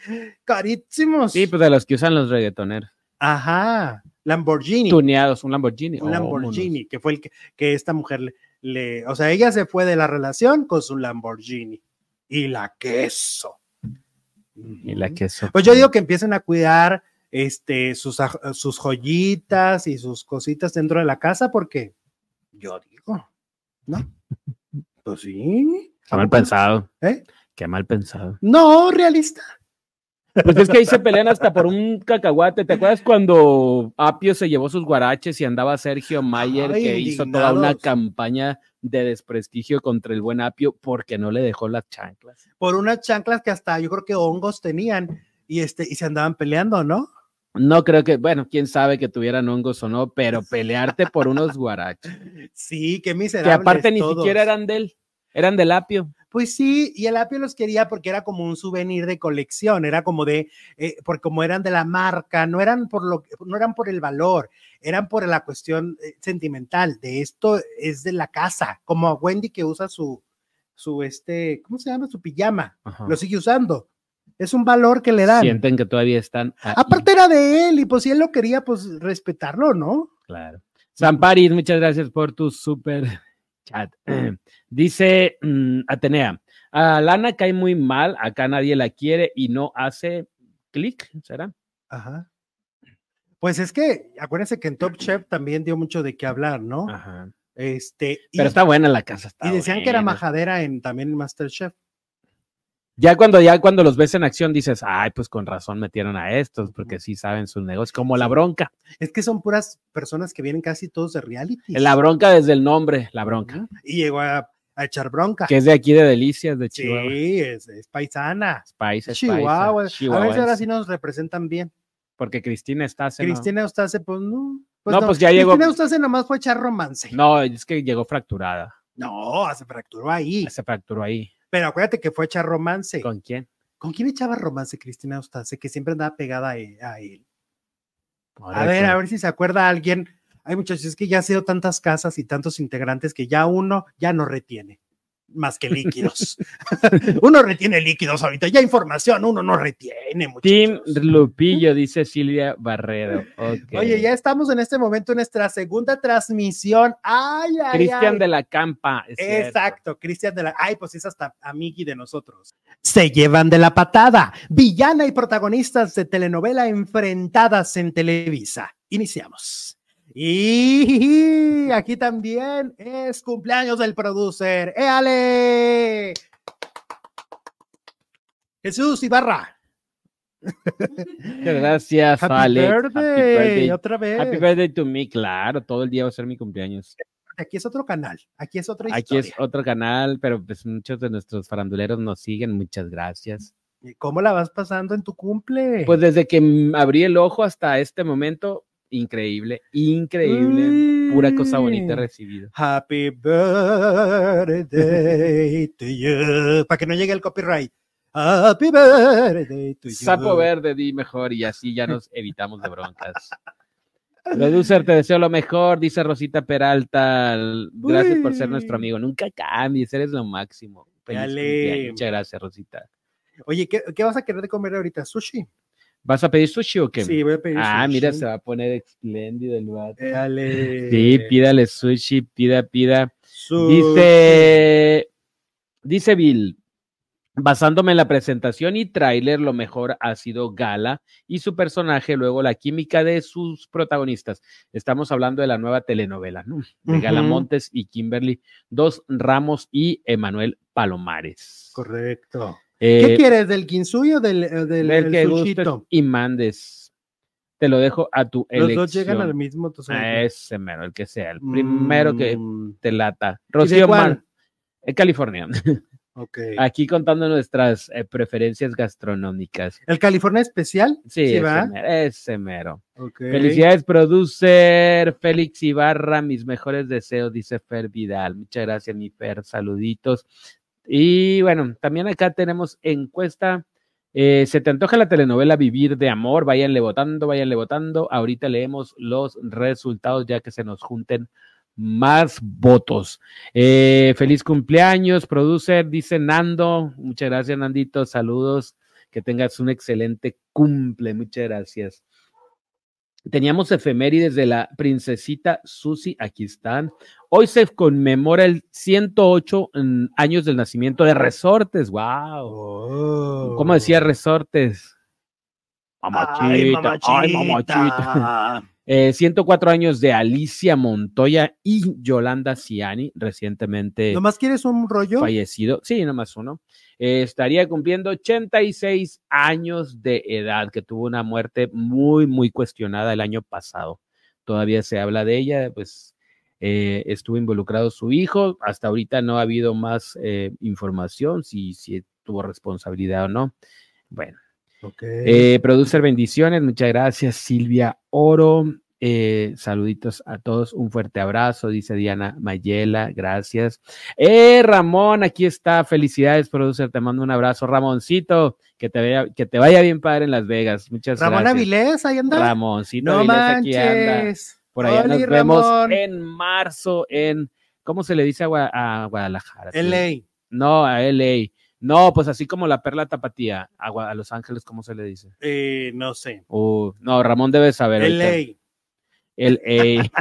S1: carísimos.
S2: Sí, pues de los que usan los reggaetoneros.
S1: Ajá, Lamborghini,
S2: Tuneados, un Lamborghini.
S1: un
S2: Oh,
S1: Lamborghini, que fue el que, que esta mujer le, le- o sea, ella se fue de la relación con su Lamborghini y la queso.
S2: vámonos. Y la
S1: Ujú.
S2: que eso.
S1: Pues yo digo que empiecen a cuidar este, sus, aj- sus joyitas y sus cositas dentro de la casa, porque yo digo, ¿no? Pues sí.
S2: Qué mal pensado.
S1: ¿Eh?
S2: Qué mal pensado.
S1: No, realista.
S2: Pues es que ahí se pelean hasta por un cacahuate. ¿Te acuerdas cuando Apio se llevó sus guaraches y andaba Sergio Mayer,
S1: Ay,
S2: que hizo toda una
S1: indignados.
S2: campaña de desprestigio contra el buen Apio porque no le dejó las chanclas?
S1: Por unas chanclas que hasta yo creo que hongos tenían y, este, y se andaban peleando, ¿no?
S2: No creo que, bueno, quién sabe que tuvieran hongos o no, pero pelearte por unos guaraches.
S1: Sí, qué
S2: que
S1: miserables.
S2: aparte ni
S1: todos.
S2: siquiera eran de él, eran del Apio.
S1: Pues sí, y el apio los quería porque era como un souvenir de colección, era como de, eh, por como eran de la marca, no eran por lo, no eran por el valor, eran por la cuestión eh, sentimental de esto es de la casa, como a Wendy que usa su su este, ¿cómo se llama? Su pijama.
S2: Ajá.
S1: Lo sigue usando. Es un valor que le dan.
S2: Sienten que todavía están. ahí.
S1: Aparte era de él y pues si él lo quería, pues respetarlo, ¿no?
S2: Claro. Samparis, muchas gracias por tu super chat. Dice mm, Atenea, a Lana cae muy mal, acá nadie la quiere y no hace clic, ¿será?
S1: Ajá. Pues es que acuérdense que en Top Chef también dio mucho de qué hablar, ¿no?
S2: Ajá.
S1: Este y,
S2: Ah. Pero está buena la casa. está
S1: y decían que era
S2: buena.
S1: majadera en también en MasterChef.
S2: Ya cuando, ya cuando los ves en acción dices, ay, pues con razón metieron a estos, porque sí saben sus negocios, como la bronca,
S1: Es que son puras personas que vienen casi todos de reality.
S2: la bronca desde el nombre, la bronca,
S1: Y llegó a, a echar bronca.
S2: que es de aquí de Delicias, de Chihuahua.
S1: Sí, es, es paisana.
S2: Spice, Spice,
S1: Chihuahua. A ver si ahora
S2: chihuahuense.
S1: sí nos representan bien.
S2: Porque Cristina está hace-
S1: Cristina Eustace, pues no.
S2: No, pues ya llegó-
S1: Cristina Eustace nomás fue a echar romance. No,
S2: No, es que llegó fracturada.
S1: se fracturó ahí.
S2: Se fracturó ahí.
S1: Pero acuérdate que fue a echar romance. ¿Con,
S2: ¿Con quién?
S1: quién echaba romance Cristina Eustace? Que siempre andaba pegada a él. a él?
S2: Ahora
S1: A ver,
S2: que-
S1: a ver si se acuerda alguien. Ay, muchachos, es que ya ha sido tantas casas y tantos integrantes que ya uno ya no retiene más que líquidos. uno retiene líquidos ahorita, ya información uno no retiene.
S2: Team
S1: muchachos.
S2: Lupillo, dice Silvia Barredo. Ok.
S1: Oye, ya estamos en este momento en nuestra segunda transmisión. Ay, ay,
S2: Cristian
S1: ay.
S2: de la Campa. es cierto.
S1: Exacto, Cristian de la. Ay, pues es hasta amigui de nosotros. Se llevan de la patada. Villana y protagonistas de telenovela enfrentadas en Televisa. Iniciamos. Y aquí también es cumpleaños del producer. ¡Éale! Jesús Ibarra.
S2: Muchas Gracias,
S1: Happy,
S2: Alex.
S1: birthday.
S2: Happy birthday.
S1: Otra vez.
S2: Happy birthday to me, claro. Todo el día va a ser mi cumpleaños.
S1: Aquí es otro canal. Aquí es otra
S2: Aquí es
S1: historia.
S2: otro canal, pero pues muchos de nuestros faranduleros nos siguen. Muchas gracias.
S1: ¿Cómo la vas pasando en tu cumple?
S2: Pues desde que mm, abrí el ojo hasta este momento, increíble, increíble. Pura cosa bonita he
S1: Mm.
S2: recibido.
S1: Happy birthday to you. Para que no llegue el copyright. Happy birthday to you.
S2: Sapo verde, di mejor, y así ya nos evitamos de broncas. Producer, te deseo lo mejor, dice Rosita Peralta. L- Gracias por ser nuestro
S1: Uy.
S2: amigo. Nunca cambies, eres lo máximo. Feliz
S1: Dale.
S2: cumpleaños. Muchas gracias, Rosita.
S1: Oye, ¿qué, qué vas a querer de comer ahorita? ¿Sushi?
S2: ¿Vas a pedir sushi o qué?
S1: Sí, voy a pedir sushi.
S2: ah,
S1: Eh,
S2: mira, se va a poner espléndido el vato.
S1: Dale.
S2: Sí, pídale sushi, pida, pida.
S1: Sushi.
S2: Dice, dice Bill, basándome en la presentación y tráiler, lo mejor ha sido Gala y su personaje, luego la química de sus protagonistas. Estamos hablando de la nueva telenovela, ¿no? De
S1: Ujú.
S2: Gala Montes y Kimberly, dos Ramos y Emanuel Palomares.
S1: Correcto. ¿Qué
S2: Eh,
S1: quieres? ¿Del kintsugi o del, eh, del,
S2: del
S1: del
S2: que gustes
S1: sushito?
S2: y mandes. Te lo dejo a tu
S1: Los
S2: elección.
S1: dos llegan al mismo. tú sabes.
S2: A ese mero, el que sea, el primero que
S1: Mm,
S2: te lata.
S1: ¿y de
S2: Rocío
S1: cuál?
S2: Mar, eh, California.
S1: Ok.
S2: Aquí contando nuestras eh, preferencias gastronómicas.
S1: ¿El California especial?
S2: Sí, ese,
S1: ¿verdad?
S2: mero, ese mero.
S1: Ok.
S2: Felicidades, producer Félix Ibarra. Mis mejores deseos, dice Fer Vidal. Muchas gracias, mi Fer. Saluditos. Y bueno, también acá tenemos encuesta. Eh, ¿Se te antoja la telenovela Vivir de Amor? Váyanle votando, váyanle votando. Ahorita leemos los resultados ya que se nos junten más votos. Eh, feliz cumpleaños, producer, dice Nando. Muchas gracias, Nandito. Saludos. Que tengas un excelente cumple. Muchas gracias. Teníamos efemérides de la princesita Susi, aquí están. Hoy se conmemora el 108 en- años del nacimiento de Resortes, wow.
S1: Oh.
S2: ¿Cómo decía Resortes? Mamachita, ay, mamachita. Eh, 104 años de Alicia Montoya y Yolanda Ciani, recientemente
S1: ¿Nomás quieres un rollo?
S2: fallecido. Sí, nomás uno. Eh, estaría cumpliendo 86 años de edad, que tuvo una muerte muy, muy cuestionada el año pasado. Todavía se habla de ella, pues eh, estuvo involucrado su hijo. Hasta ahorita no ha habido más eh, información si, si tuvo responsabilidad o no. Bueno,
S1: Ok.
S2: eh, producer bendiciones, muchas gracias Silvia Oro. Eh, saluditos a todos, un fuerte abrazo, dice Diana Mayela, gracias. Eh, Ramón, aquí está, felicidades, producer, te mando un abrazo, Ramoncito, que te vaya, que te vaya bien padre en Las Vegas, muchas
S1: Ramón
S2: gracias.
S1: Avilés, ahí anda.
S2: Ramoncito,
S1: no
S2: Avilés, aquí anda.
S1: manches.
S2: Por allá
S1: Oli,
S2: nos vemos Eh,
S1: Ramón.
S2: en marzo en, ¿cómo se le dice a, Gua- a Guadalajara?
S1: LA.
S2: no a LA. No, pues así como la perla tapatía, a, Gua- a Los Ángeles, ¿cómo se le dice?
S1: Eh, no sé.
S2: Uh, no, Ramón debe saber. ahorita.
S1: LA.
S2: El ey.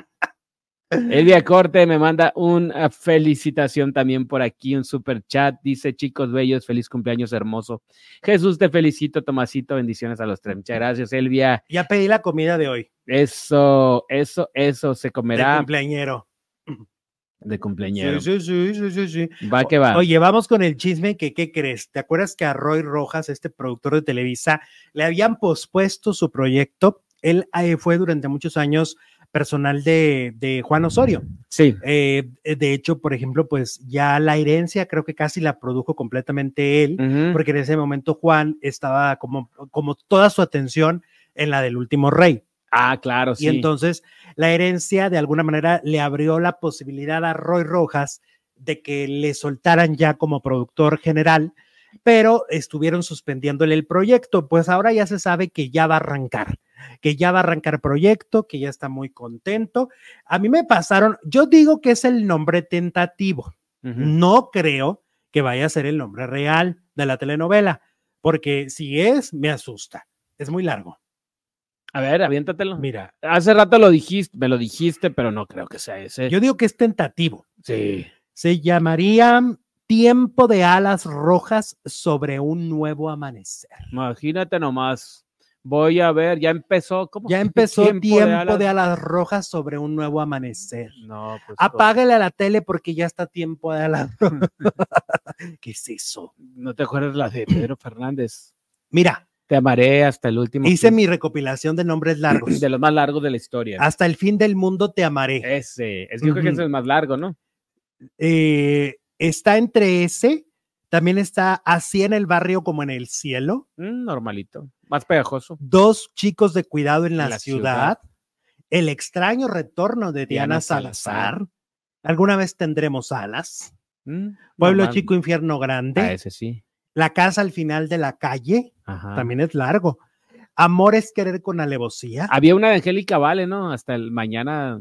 S2: Elvia Corte me manda una felicitación también por aquí, un super chat. Dice, chicos bellos, feliz cumpleaños hermoso. Jesús, te felicito, Tomasito, bendiciones a los tres. Muchas gracias, Elvia.
S1: Ya pedí la comida de hoy.
S2: Eso, eso, eso se
S1: Del
S2: comerá
S1: cumpleañero.
S2: de cumpleañero.
S1: Sí, sí, sí, sí, sí, sí.
S2: Va que va.
S1: Oye, vamos con el chisme que, ¿qué crees? ¿Te acuerdas que a Roy Rojas, este productor de Televisa, le habían pospuesto su proyecto? Él eh, fue durante muchos años personal de, de Juan Osorio.
S2: sí,
S1: Eh, de hecho, por ejemplo, pues ya la herencia creo que casi la produjo completamente él,
S2: ujú,
S1: porque en ese momento Juan estaba como, como toda su atención en la del último rey.
S2: Ah, claro, sí.
S1: Y entonces la herencia de alguna manera le abrió la posibilidad a Roy Rojas de que le soltaran ya como productor general, pero estuvieron suspendiéndole el proyecto, pues ahora ya se sabe que ya va a arrancar, que ya va a arrancar proyecto, que ya está muy contento. A mí me pasaron, yo digo que es el nombre tentativo,
S2: Ujú.
S1: no creo que vaya a ser el nombre real de la telenovela, porque si es, me asusta, es muy largo.
S2: A ver, aviéntatelo.
S1: Mira,
S2: Hace rato lo dijiste, me lo dijiste, pero no creo que sea ese.
S1: yo digo que es tentativo.
S2: Eh. sí.
S1: se llamaría Tiempo de alas rojas sobre un nuevo amanecer.
S2: Imagínate nomás. Voy a ver, ya empezó. ¿cómo?
S1: Ya empezó Tiempo, de, alas...
S2: alas?
S1: rojas sobre un nuevo amanecer.
S2: No, pues.
S1: Apágale a la tele porque ya está Tiempo de alas rojas. ¿Qué es eso?
S2: no- No te acuerdas la de Pedro Fernández.
S1: Mira,
S2: Te amaré hasta el último.
S1: hice
S2: fin-
S1: mi recopilación de nombres largos.
S2: De Eh. los más largos de la historia.
S1: Hasta el fin del mundo te amaré.
S2: Ese. Es, yo creo que
S1: Ujú.
S2: ese es el más largo, ¿no?
S1: Eh, está entre ese, también está así en el barrio como en el cielo.
S2: Mm, normalito. Más pegajoso.
S1: Dos chicos de cuidado en la,
S2: La
S1: ciudad,
S2: ciudad.
S1: El extraño retorno de Diana,
S2: Diana
S1: Salazar.
S2: Salazar.
S1: Alguna vez tendremos alas.
S2: Mm,
S1: Pueblo
S2: normal.
S1: Chico, Infierno Grande.
S2: Ah, ese sí.
S1: La casa al final de la calle.
S2: Ajá.
S1: También es largo. Amor es querer con alevosía. Ah,
S2: Había una de Angélica Vale, ¿no? Hasta el mañana.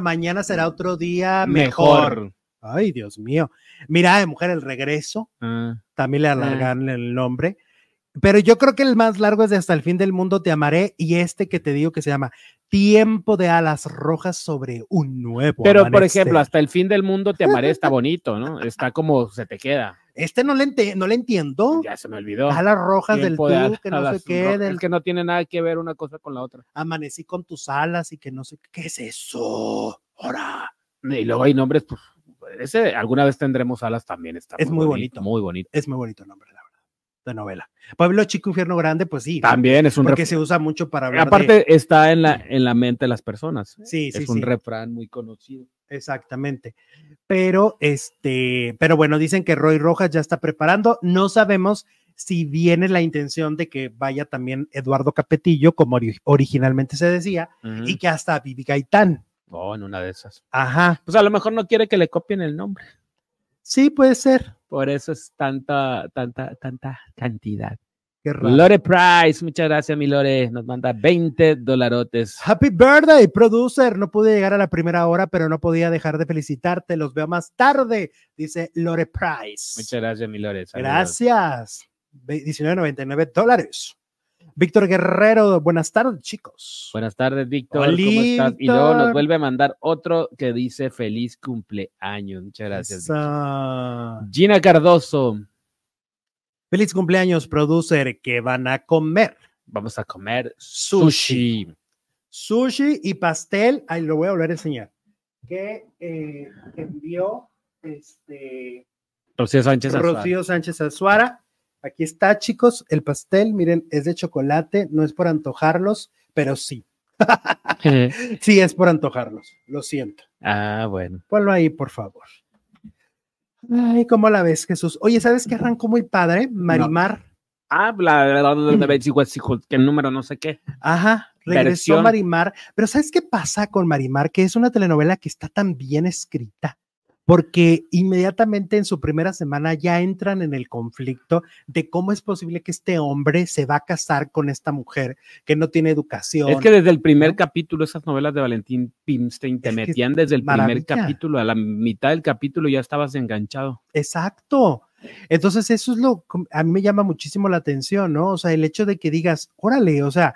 S1: mañana será otro día Ah, mejor.
S2: Mejor.
S1: Ay, Dios mío. Mira, de mujer, el regreso.
S2: Ah,
S1: También le alargan el nombre. Pero yo creo que el más largo es de Hasta el fin del mundo te amaré y este que te digo que se llama Tiempo de alas rojas sobre un nuevo.
S2: Pero, por
S1: amanecer".
S2: ejemplo, hasta el fin del mundo te amaré está bonito, ¿no? Está como se te queda.
S1: este no le, ente- no Ah, le entiendo.
S2: Ya se me olvidó.
S1: Alas rojas del
S2: tiempo de
S1: tú,
S2: alas
S1: que no sé
S2: ro-
S1: qué,
S2: es
S1: del
S2: que no tiene nada que ver una cosa con la otra.
S1: amanecí con tus alas y que no sé qué, ¿Qué es eso. Ahora
S2: Y luego hay nombres, pues, ese alguna vez tendremos alas también. Está
S1: Es muy bonito.
S2: Muy bonito.
S1: es muy bonito el nombre, la verdad, de novela. Pueblo Chico Infierno Grande, pues sí,
S2: También es un
S1: porque
S2: ref-
S1: se usa mucho para hablar. de-
S2: Aparte, está en la, en la mente de las personas.
S1: sí, sí,
S2: es un
S1: sí.
S2: refrán muy conocido.
S1: Exactamente. Pero este, pero bueno, dicen que Roy Rojas ya está preparando. No sabemos si viene la intención de que vaya también Eduardo Capetillo, como ori- originalmente se decía, y
S2: Y-
S1: que hasta Vivi Gaitán.
S2: Oh, en una de esas.
S1: Ajá.
S2: Pues a lo mejor no quiere que le copien el nombre.
S1: Sí, puede ser.
S2: Por eso es tanta, tanta, tanta cantidad.
S1: Qué raro.
S2: Lore Price, muchas gracias, mi Lore. Nos manda 20 dolarotes.
S1: Happy birthday, producer. No pude llegar a la primera hora, pero no podía dejar de felicitarte. Los veo más tarde, dice Lore Price.
S2: Muchas gracias, mi Lore. Saludos.
S1: Gracias. Ve- 19.99 dólares. Víctor Guerrero, buenas tardes, chicos.
S2: Buenas tardes, Víctor.
S1: Oli,
S2: ¿Cómo estás? Y luego
S1: Víctor.
S2: nos vuelve a mandar otro que dice feliz cumpleaños. Muchas gracias.
S1: Eso.
S2: Víctor. Gina Cardoso,
S1: Feliz cumpleaños, producer. que van a comer?
S2: vamos a comer
S1: Sushi.
S2: sushi.
S1: Sushi y pastel. Ahí lo voy a volver a enseñar. Que eh, envió este,
S2: Rocío Sánchez Azuara.
S1: Rocío Sánchez Azuara. Aquí está, chicos, el pastel. Miren, es de chocolate. No es por antojarlos, pero sí. Sí, es por antojarlos. Lo siento.
S2: ah, bueno.
S1: Ponlo ahí, por favor. Ay, ¿cómo la ves, Jesús? Oye, ¿sabes qué arrancó muy padre? Marimar.
S2: Ah, bla, bla, bla, bla, bla, bla, sí, sí, que el número no sé qué.
S1: Ajá, regresó
S2: Versión.
S1: Marimar. Pero ¿sabes qué pasa con Marimar? Que es una telenovela que está tan bien escrita, porque inmediatamente en su primera semana ya entran en el conflicto de cómo es posible que este hombre se va a casar con esta mujer que no tiene educación.
S2: Es que desde el primer
S1: ¿no?
S2: capítulo, esas novelas de Valentín Pimstein te
S1: Es que
S2: metían desde el
S1: maravilla.
S2: primer capítulo, a la mitad del capítulo ya estabas enganchado.
S1: Exacto. Entonces, eso es lo que a mí me llama muchísimo la atención, ¿no? O sea, el hecho de que digas, órale, o sea,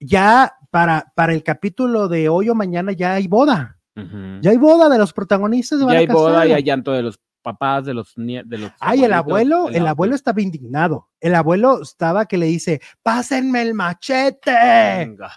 S1: ya para, para el capítulo de hoy o mañana ya hay boda.
S2: Ujú.
S1: Ya hay boda de los protagonistas. se
S2: Ya
S1: van a
S2: hay boda,
S1: casar.
S2: ya hay llanto de los papás, de los nietos, de los.
S1: Ay, el
S2: abuelitos,
S1: abuelo,
S2: de
S1: el
S2: la-
S1: abuelo estaba indignado. El abuelo estaba que le dice, pásenme el machete.
S2: Venga,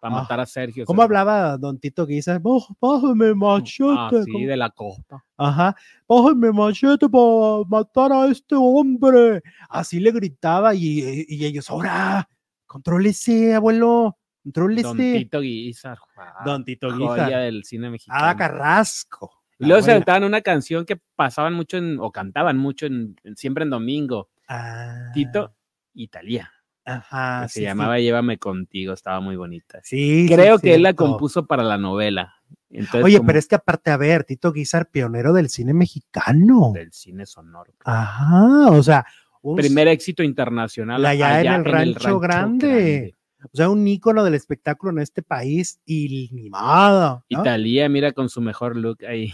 S2: Para matar a Sergio.
S1: Ah. ¿Cómo
S2: seguro.
S1: hablaba don Tito Guisa? "Oh, Pásenme el machete.
S2: Ah, sí,
S1: ¿Cómo?
S2: de la copa.
S1: Ajá. Pásenme el machete para matar a este hombre. Así le gritaba y, eh, y ellos, ahora, contrólese, abuelo, Ah, contrólese.
S2: Don Tito Guizar. guau,
S1: Don Tito
S2: joya
S1: Guisa. Ah,
S2: del cine mexicano.
S1: Ada Carrasco.
S2: Y luego se
S1: abuela.
S2: aventaban una canción que pasaban mucho en, o cantaban mucho en, en- siempre en domingo.
S1: Ah,
S2: Tito, Italia.
S1: Ajá.
S2: que se
S1: sí, sí.
S2: llamaba Llévame contigo, estaba muy bonita.
S1: Sí, sí,
S2: Creo que él la
S1: cierto.
S2: compuso para la novela. Entonces,
S1: Oye,
S2: como
S1: pero es que aparte, a ver, Tito Guizar, pionero del cine mexicano.
S2: del cine sonoro.
S1: Ah, Ajá, o sea, un,
S2: Primer éxito internacional.
S1: pues. La ya en
S2: allá
S1: el Rancho Grande. o sea, un ícono del espectáculo en este país y mimada. ¿no?
S2: Italia, mira con su mejor look ahí.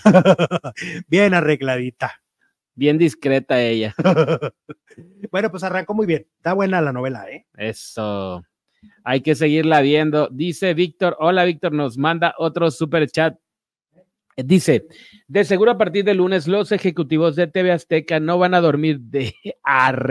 S1: Bien arregladita.
S2: Bien discreta ella.
S1: Bueno, pues arrancó muy bien. Está buena la novela, ¿eh?
S2: Eso. Hay que seguirla viendo. Dice Víctor, hola Víctor, nos manda otro super chat. Dice, de seguro a partir de lunes los ejecutivos de TV Azteca no van a dormir de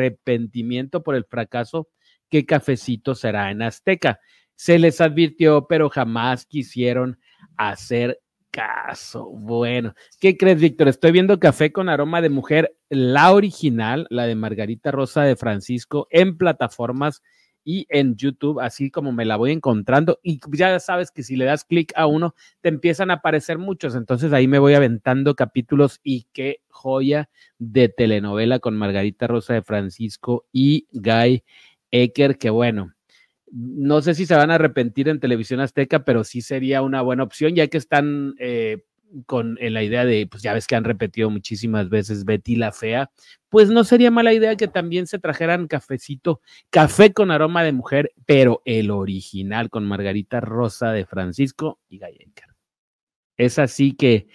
S2: arrepentimiento por el fracaso que cafecito será en Azteca. Se les advirtió, pero jamás quisieron hacer caso. Bueno, ¿qué crees, Víctor? Estoy viendo Café con Aroma de Mujer, la original, la de Margarita Rosa de Francisco, en plataformas y en YouTube, así como me la voy encontrando. Y ya sabes que si le das clic a uno, te empiezan a aparecer muchos. Entonces ahí me voy aventando capítulos y qué joya de telenovela con Margarita Rosa de Francisco y Guy Ecker, que bueno. No sé si se van a arrepentir en Televisión Azteca, pero sí sería una buena opción, ya que están eh, con en la idea de, pues ya ves que han repetido muchísimas veces Betty la Fea, pues no sería mala idea que también se trajeran cafecito Café con aroma de mujer, pero el original con Margarita Rosa de Francisco y Galleca. Es así que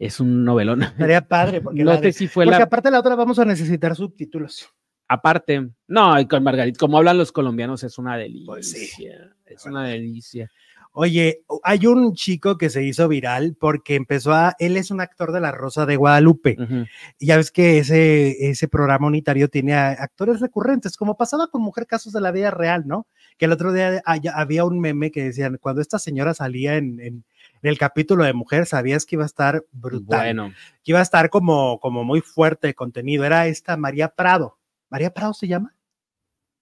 S2: es un novelón.
S1: Estaría padre, porque,
S2: no
S1: la de-
S2: sé si fue
S1: porque
S2: la
S1: aparte la otra vamos a necesitar subtítulos.
S2: aparte. No, y con Margarita, como hablan los colombianos, es una delicia.
S1: Pues sí.
S2: Es una delicia.
S1: Oye, hay un chico que se hizo viral porque empezó a, él es un actor de La Rosa de Guadalupe.
S2: Ujú.
S1: Y ya ves que ese, ese programa unitario tiene a- actores recurrentes, como pasaba con Mujer Casos de la Vida Real, ¿no? Que el otro día haya- había un meme que decían, cuando esta señora salía en, en el capítulo de Mujer, sabías que iba a estar brutal,
S2: Bueno,
S1: que iba a estar como, como muy fuerte de contenido. Era esta María Prado. ¿María Prado se llama?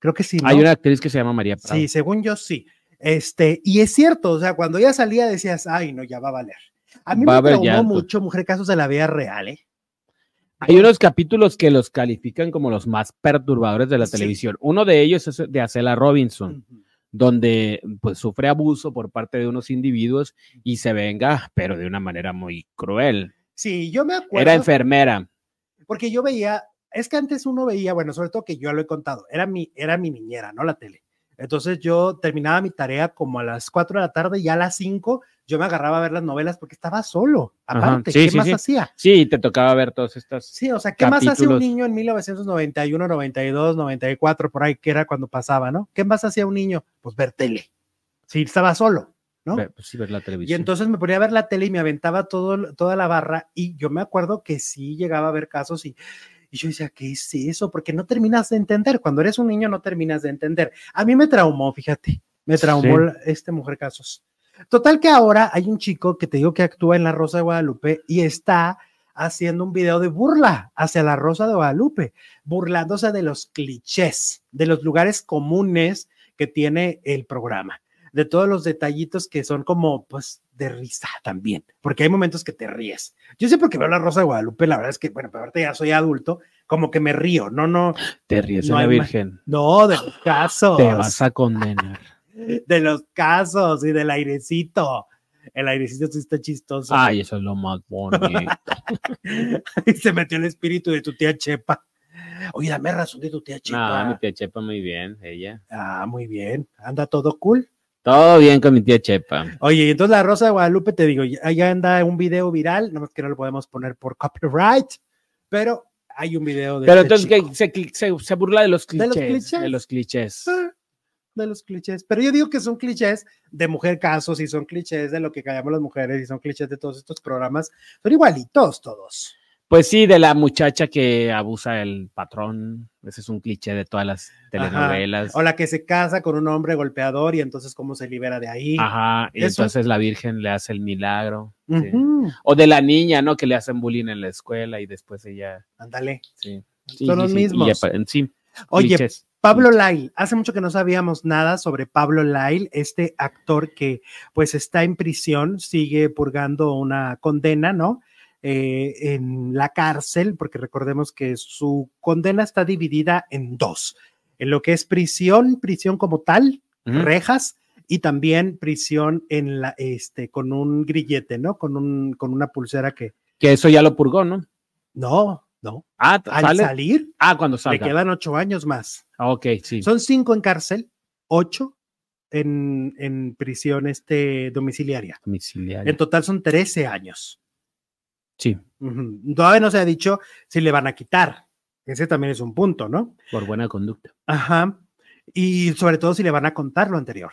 S1: Creo que sí. ¿no?
S2: hay una actriz que se llama María Prado.
S1: Sí, según yo sí. Este, y es cierto, o sea, cuando ella salía decías, ay, no, ya va a valer. A mí
S2: Va a
S1: me
S2: haber
S1: traumó
S2: llanto.
S1: mucho Mujer Casos de la Vida Real, ¿eh?
S2: Hay unos capítulos que los califican como los más perturbadores de la
S1: Sí.
S2: televisión. Uno de ellos es de Acela Robinson.
S1: Ujú.
S2: donde pues sufre abuso por parte de unos individuos y se venga, pero de una manera muy cruel.
S1: Sí, yo me acuerdo.
S2: Era enfermera.
S1: porque yo veía, es que antes uno veía, bueno, sobre todo que yo lo he contado, era mi, era mi niñera, ¿no? La tele. Entonces yo terminaba mi tarea como a las 4 de la tarde y a las 5 yo me agarraba a ver las novelas porque estaba solo.
S2: Ajá,
S1: Aparte,
S2: sí,
S1: ¿qué
S2: sí,
S1: más
S2: sí.
S1: hacía?
S2: Sí, te tocaba ver todas estas.
S1: Sí, o sea, ¿qué más hacía un
S2: Capítulos.
S1: niño en 1991, 92, 94, por ahí, que era cuando pasaba, ¿no? ¿Qué más hacía un niño? Pues ver tele. Sí, estaba solo, ¿no?
S2: Ver, pues sí, ver la
S1: Y
S2: televisión.
S1: entonces me ponía a ver la tele y me aventaba todo, toda la barra y yo me acuerdo que sí llegaba a ver casos y, y yo decía, ¿qué es eso? Porque no terminas de entender. Cuando eres un niño no terminas de entender. A mí me traumó, fíjate, me traumó
S2: Sí.
S1: la- este mujer casos. Total que ahora hay un chico que te digo que actúa en La Rosa de Guadalupe y está haciendo un video de burla hacia La Rosa de Guadalupe, burlándose de los clichés, de los lugares comunes que tiene el programa de todos los detallitos que son como, pues, de risa también, porque hay momentos que te ríes. Yo siempre que veo la Rosa de Guadalupe, la verdad es que, bueno, pero ahorita ya soy adulto, como que me río, no, no,
S2: te ríes de
S1: no
S2: la
S1: hay más.
S2: Virgen.
S1: no, de los casos,
S2: Te vas a condenar.
S1: de los casos y del airecito. El airecito sí está chistoso.
S2: Ay, eso es lo más bonito.
S1: Y se metió el espíritu de tu tía Chepa. Oye, dame razón de tu tía Chepa.
S2: no, mi tía Chepa muy bien, ella.
S1: Ah, muy bien, anda todo cool.
S2: Todo bien con mi tía Chepa.
S1: Oye, y entonces la Rosa de Guadalupe, te digo, ya, ya anda un video viral, nomás que no lo podemos poner por copyright, pero Hay un video de
S2: Pero
S1: este
S2: entonces
S1: chico,
S2: que se, cli- se- se burla de los
S1: ¿De
S2: clichés.
S1: los
S2: De los
S1: clichés?
S2: clichés.
S1: Ah, de los clichés. Pero yo digo que son clichés de mujer casos y son clichés de lo que callamos las mujeres y son clichés de todos estos programas. Son igualitos todos.
S2: Pues sí, de la muchacha que abusa el patrón. Ese es un cliché de todas las telenovelas.
S1: O la que se casa con un hombre golpeador y entonces cómo se libera de ahí.
S2: Ajá, y
S1: Eso.
S2: entonces la Virgen le hace el milagro. sí.
S1: Ujú,
S2: O de la niña, ¿no? Que le hacen bullying en la escuela y después ella.
S1: Ándale.
S2: Sí. Sí,
S1: Son
S2: sí,
S1: los
S2: sí, y
S1: mismos.
S2: ya pa- sí,
S1: Oye,
S2: clichés.
S1: Pablo Lyle, hace mucho que no sabíamos nada sobre Pablo Lyle, este actor que pues está en prisión, sigue purgando una condena, ¿no? Eh, en la cárcel, porque recordemos que su condena está dividida en dos, en lo que es prisión, prisión como tal,
S2: Ujú.
S1: rejas, y también prisión en la, este, con un grillete, ¿no? Con, un, con una pulsera que...
S2: Que eso ya lo purgó, ¿no?
S1: No, no.
S2: Ah,
S1: Al
S2: ¿sale?
S1: salir,
S2: Ah, cuando
S1: le
S2: salga.
S1: quedan ocho años más.
S2: Ah, Ok, sí.
S1: Son cinco en cárcel, ocho en, en prisión este, domiciliaria.
S2: Domiciliario.
S1: En total son 13 años.
S2: Sí,
S1: Ujú. Todavía no se ha dicho si le van a quitar. Ese también es un punto, ¿no?
S2: por buena conducta.
S1: Ajá. Y sobre todo si le van a contar lo anterior,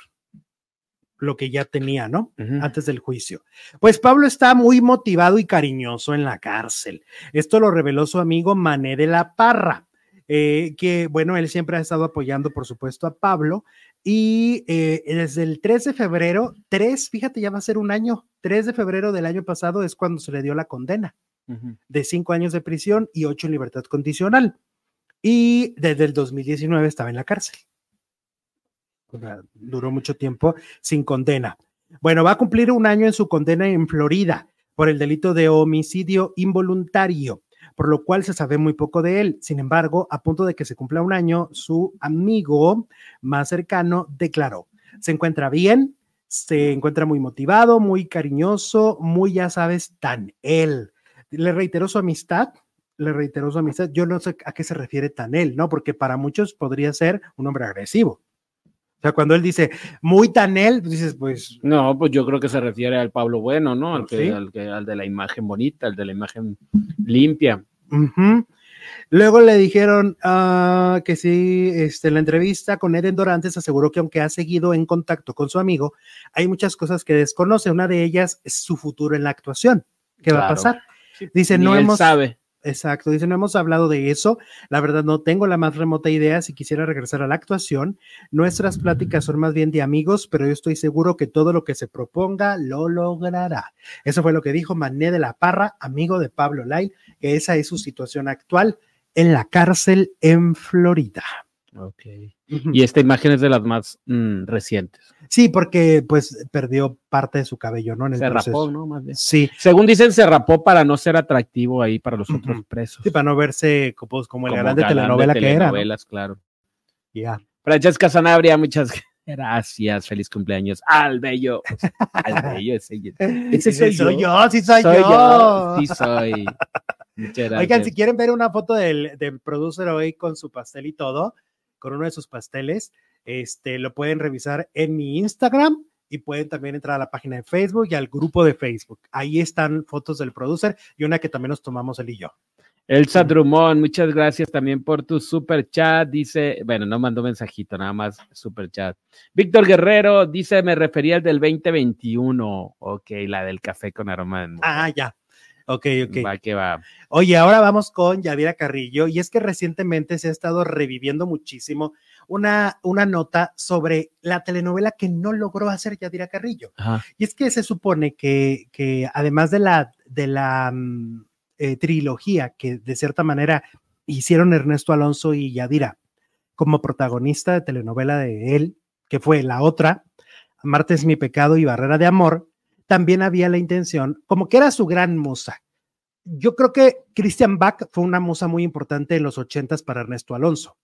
S1: lo que ya tenía, ¿no?
S2: Ujú.
S1: antes del juicio. Pues Pablo está muy motivado y cariñoso en la cárcel. Esto lo reveló su amigo Mané de la Parra, eh, que bueno, él siempre ha estado apoyando, por supuesto, a Pablo. Y eh, desde el 3 de febrero, 3, fíjate, ya va a ser un año, 3 de febrero del año pasado es cuando se le dio la condena
S2: Ujú.
S1: de 5 años de prisión y 8 en libertad condicional. Y desde el 2019 estaba en la cárcel. O sea, duró mucho tiempo sin condena. Bueno, va a cumplir un año en su condena en Florida por el delito de homicidio involuntario, por lo cual se sabe muy poco de él. Sin embargo, a punto de que se cumpla un año, su amigo más cercano declaró, se encuentra bien, se encuentra muy motivado, muy cariñoso, muy, ya sabes, tan él le reiteró su amistad, le reiteró su amistad. Yo no sé a qué se refiere tan él, ¿no? Porque para muchos podría ser un hombre agresivo. O sea, cuando él dice muy tan él, pues dices, pues
S2: No, pues yo creo que se refiere al Pablo Bueno, ¿no? Al, que,
S1: Sí.
S2: al, que- al de la imagen bonita, al de la imagen limpia.
S1: Ujú. Luego le dijeron ah, que sí, este, en la entrevista con Eden Dorantes aseguró que aunque ha seguido en contacto con su amigo, hay muchas cosas que desconoce. Una de ellas es su futuro en la actuación. ¿Qué va a
S2: Claro.
S1: pasar? Dice,
S2: Ni
S1: no
S2: él
S1: hemos...
S2: sabe.
S1: Exacto, dice, no hemos hablado de eso. La verdad, no tengo la más remota idea si quisiera regresar a la actuación. Nuestras pláticas son más bien de amigos, pero yo estoy seguro que todo lo que se proponga lo logrará. Eso fue lo que dijo Mané de la Parra, amigo de Pablo Lai, que esa es su situación actual en la cárcel en Florida. Ujú.
S2: Y esta imagen es de las más mm, recientes.
S1: Sí, porque pues perdió parte de su cabello, ¿no? En el
S2: Se
S1: proceso.
S2: rapó, ¿no? Más bien.
S1: Sí,
S2: Según dicen, se rapó para no ser atractivo ahí para los
S1: Ujú.
S2: otros presos.
S1: sí, para no verse co- pues, como el
S2: Como
S1: galán de
S2: galán
S1: telenovela que era. ¿no?
S2: telenovelas, claro.
S1: Ya.
S2: Francesca Sanabria, muchas gracias. Feliz cumpleaños. Al bello. Al bello ese. Ese
S1: Dice,
S2: soy yo.
S1: sí soy,
S2: Soy
S1: yo.
S2: Sí, soy. Muchas gracias.
S1: Oigan, si quieren ver una foto del, del producer hoy con su pastel y todo, con uno de sus pasteles, este, lo pueden revisar en mi Instagram y pueden también entrar a la página de Facebook y al grupo de Facebook. Ahí están fotos del producer y una que también nos tomamos él y yo.
S2: Elsa Drummond, muchas gracias también por tu super chat. Dice, bueno, no mandó mensajito, nada más super chat. Víctor Guerrero dice, me refería al del 2021. Ok, la del café con aroma de mujer.
S1: Ah, ya. Ok, ok.
S2: Va que va.
S1: Oye, ahora vamos con Yadira Carrillo y es que recientemente se ha estado reviviendo muchísimo una, una nota sobre la telenovela que no logró hacer Yadira Carrillo.
S2: Ajá.
S1: Y es que se supone que, que además de la, de la mm, eh, trilogía que de cierta manera hicieron Ernesto Alonso y Yadira como protagonista de telenovela de él, que fue la otra, Marte es mi pecado y Barrera de Amor, también había la intención, como que era su gran musa. Yo creo que Christian Bach fue una musa muy importante en los ochentas para Ernesto Alonso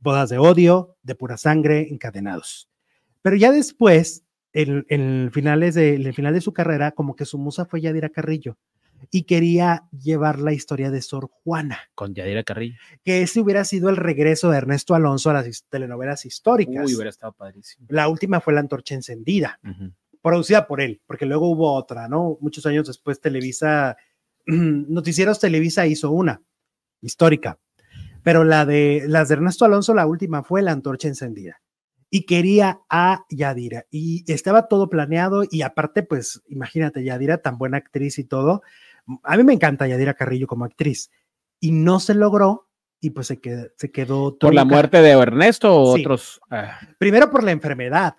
S1: bodas de odio, de pura sangre, encadenados. Pero ya después, en, en finales de, en el final de su carrera, como que su musa fue Yadira Carrillo y quería llevar la historia de Sor Juana,
S2: Con Yadira Carrillo.
S1: que ese hubiera sido el regreso de Ernesto Alonso a las his- telenovelas históricas.
S2: Uy, hubiera estado padrísimo.
S1: la última fue La Antorcha Encendida,
S2: Ujú.
S1: producida por él, porque luego hubo otra, ¿no? Muchos años después Televisa, Noticieros Televisa hizo una histórica. Pero la de las de Ernesto Alonso, la última fue la antorcha encendida. Y quería a Yadira. Y estaba todo planeado. Y aparte, pues imagínate, Yadira, tan buena actriz y todo. A mí me encanta Yadira Carrillo como actriz. Y no se logró y pues se quedó, se quedó
S2: por la
S1: trunca.
S2: muerte de Ernesto o
S1: Sí.
S2: otros. Ah,
S1: Primero por la enfermedad.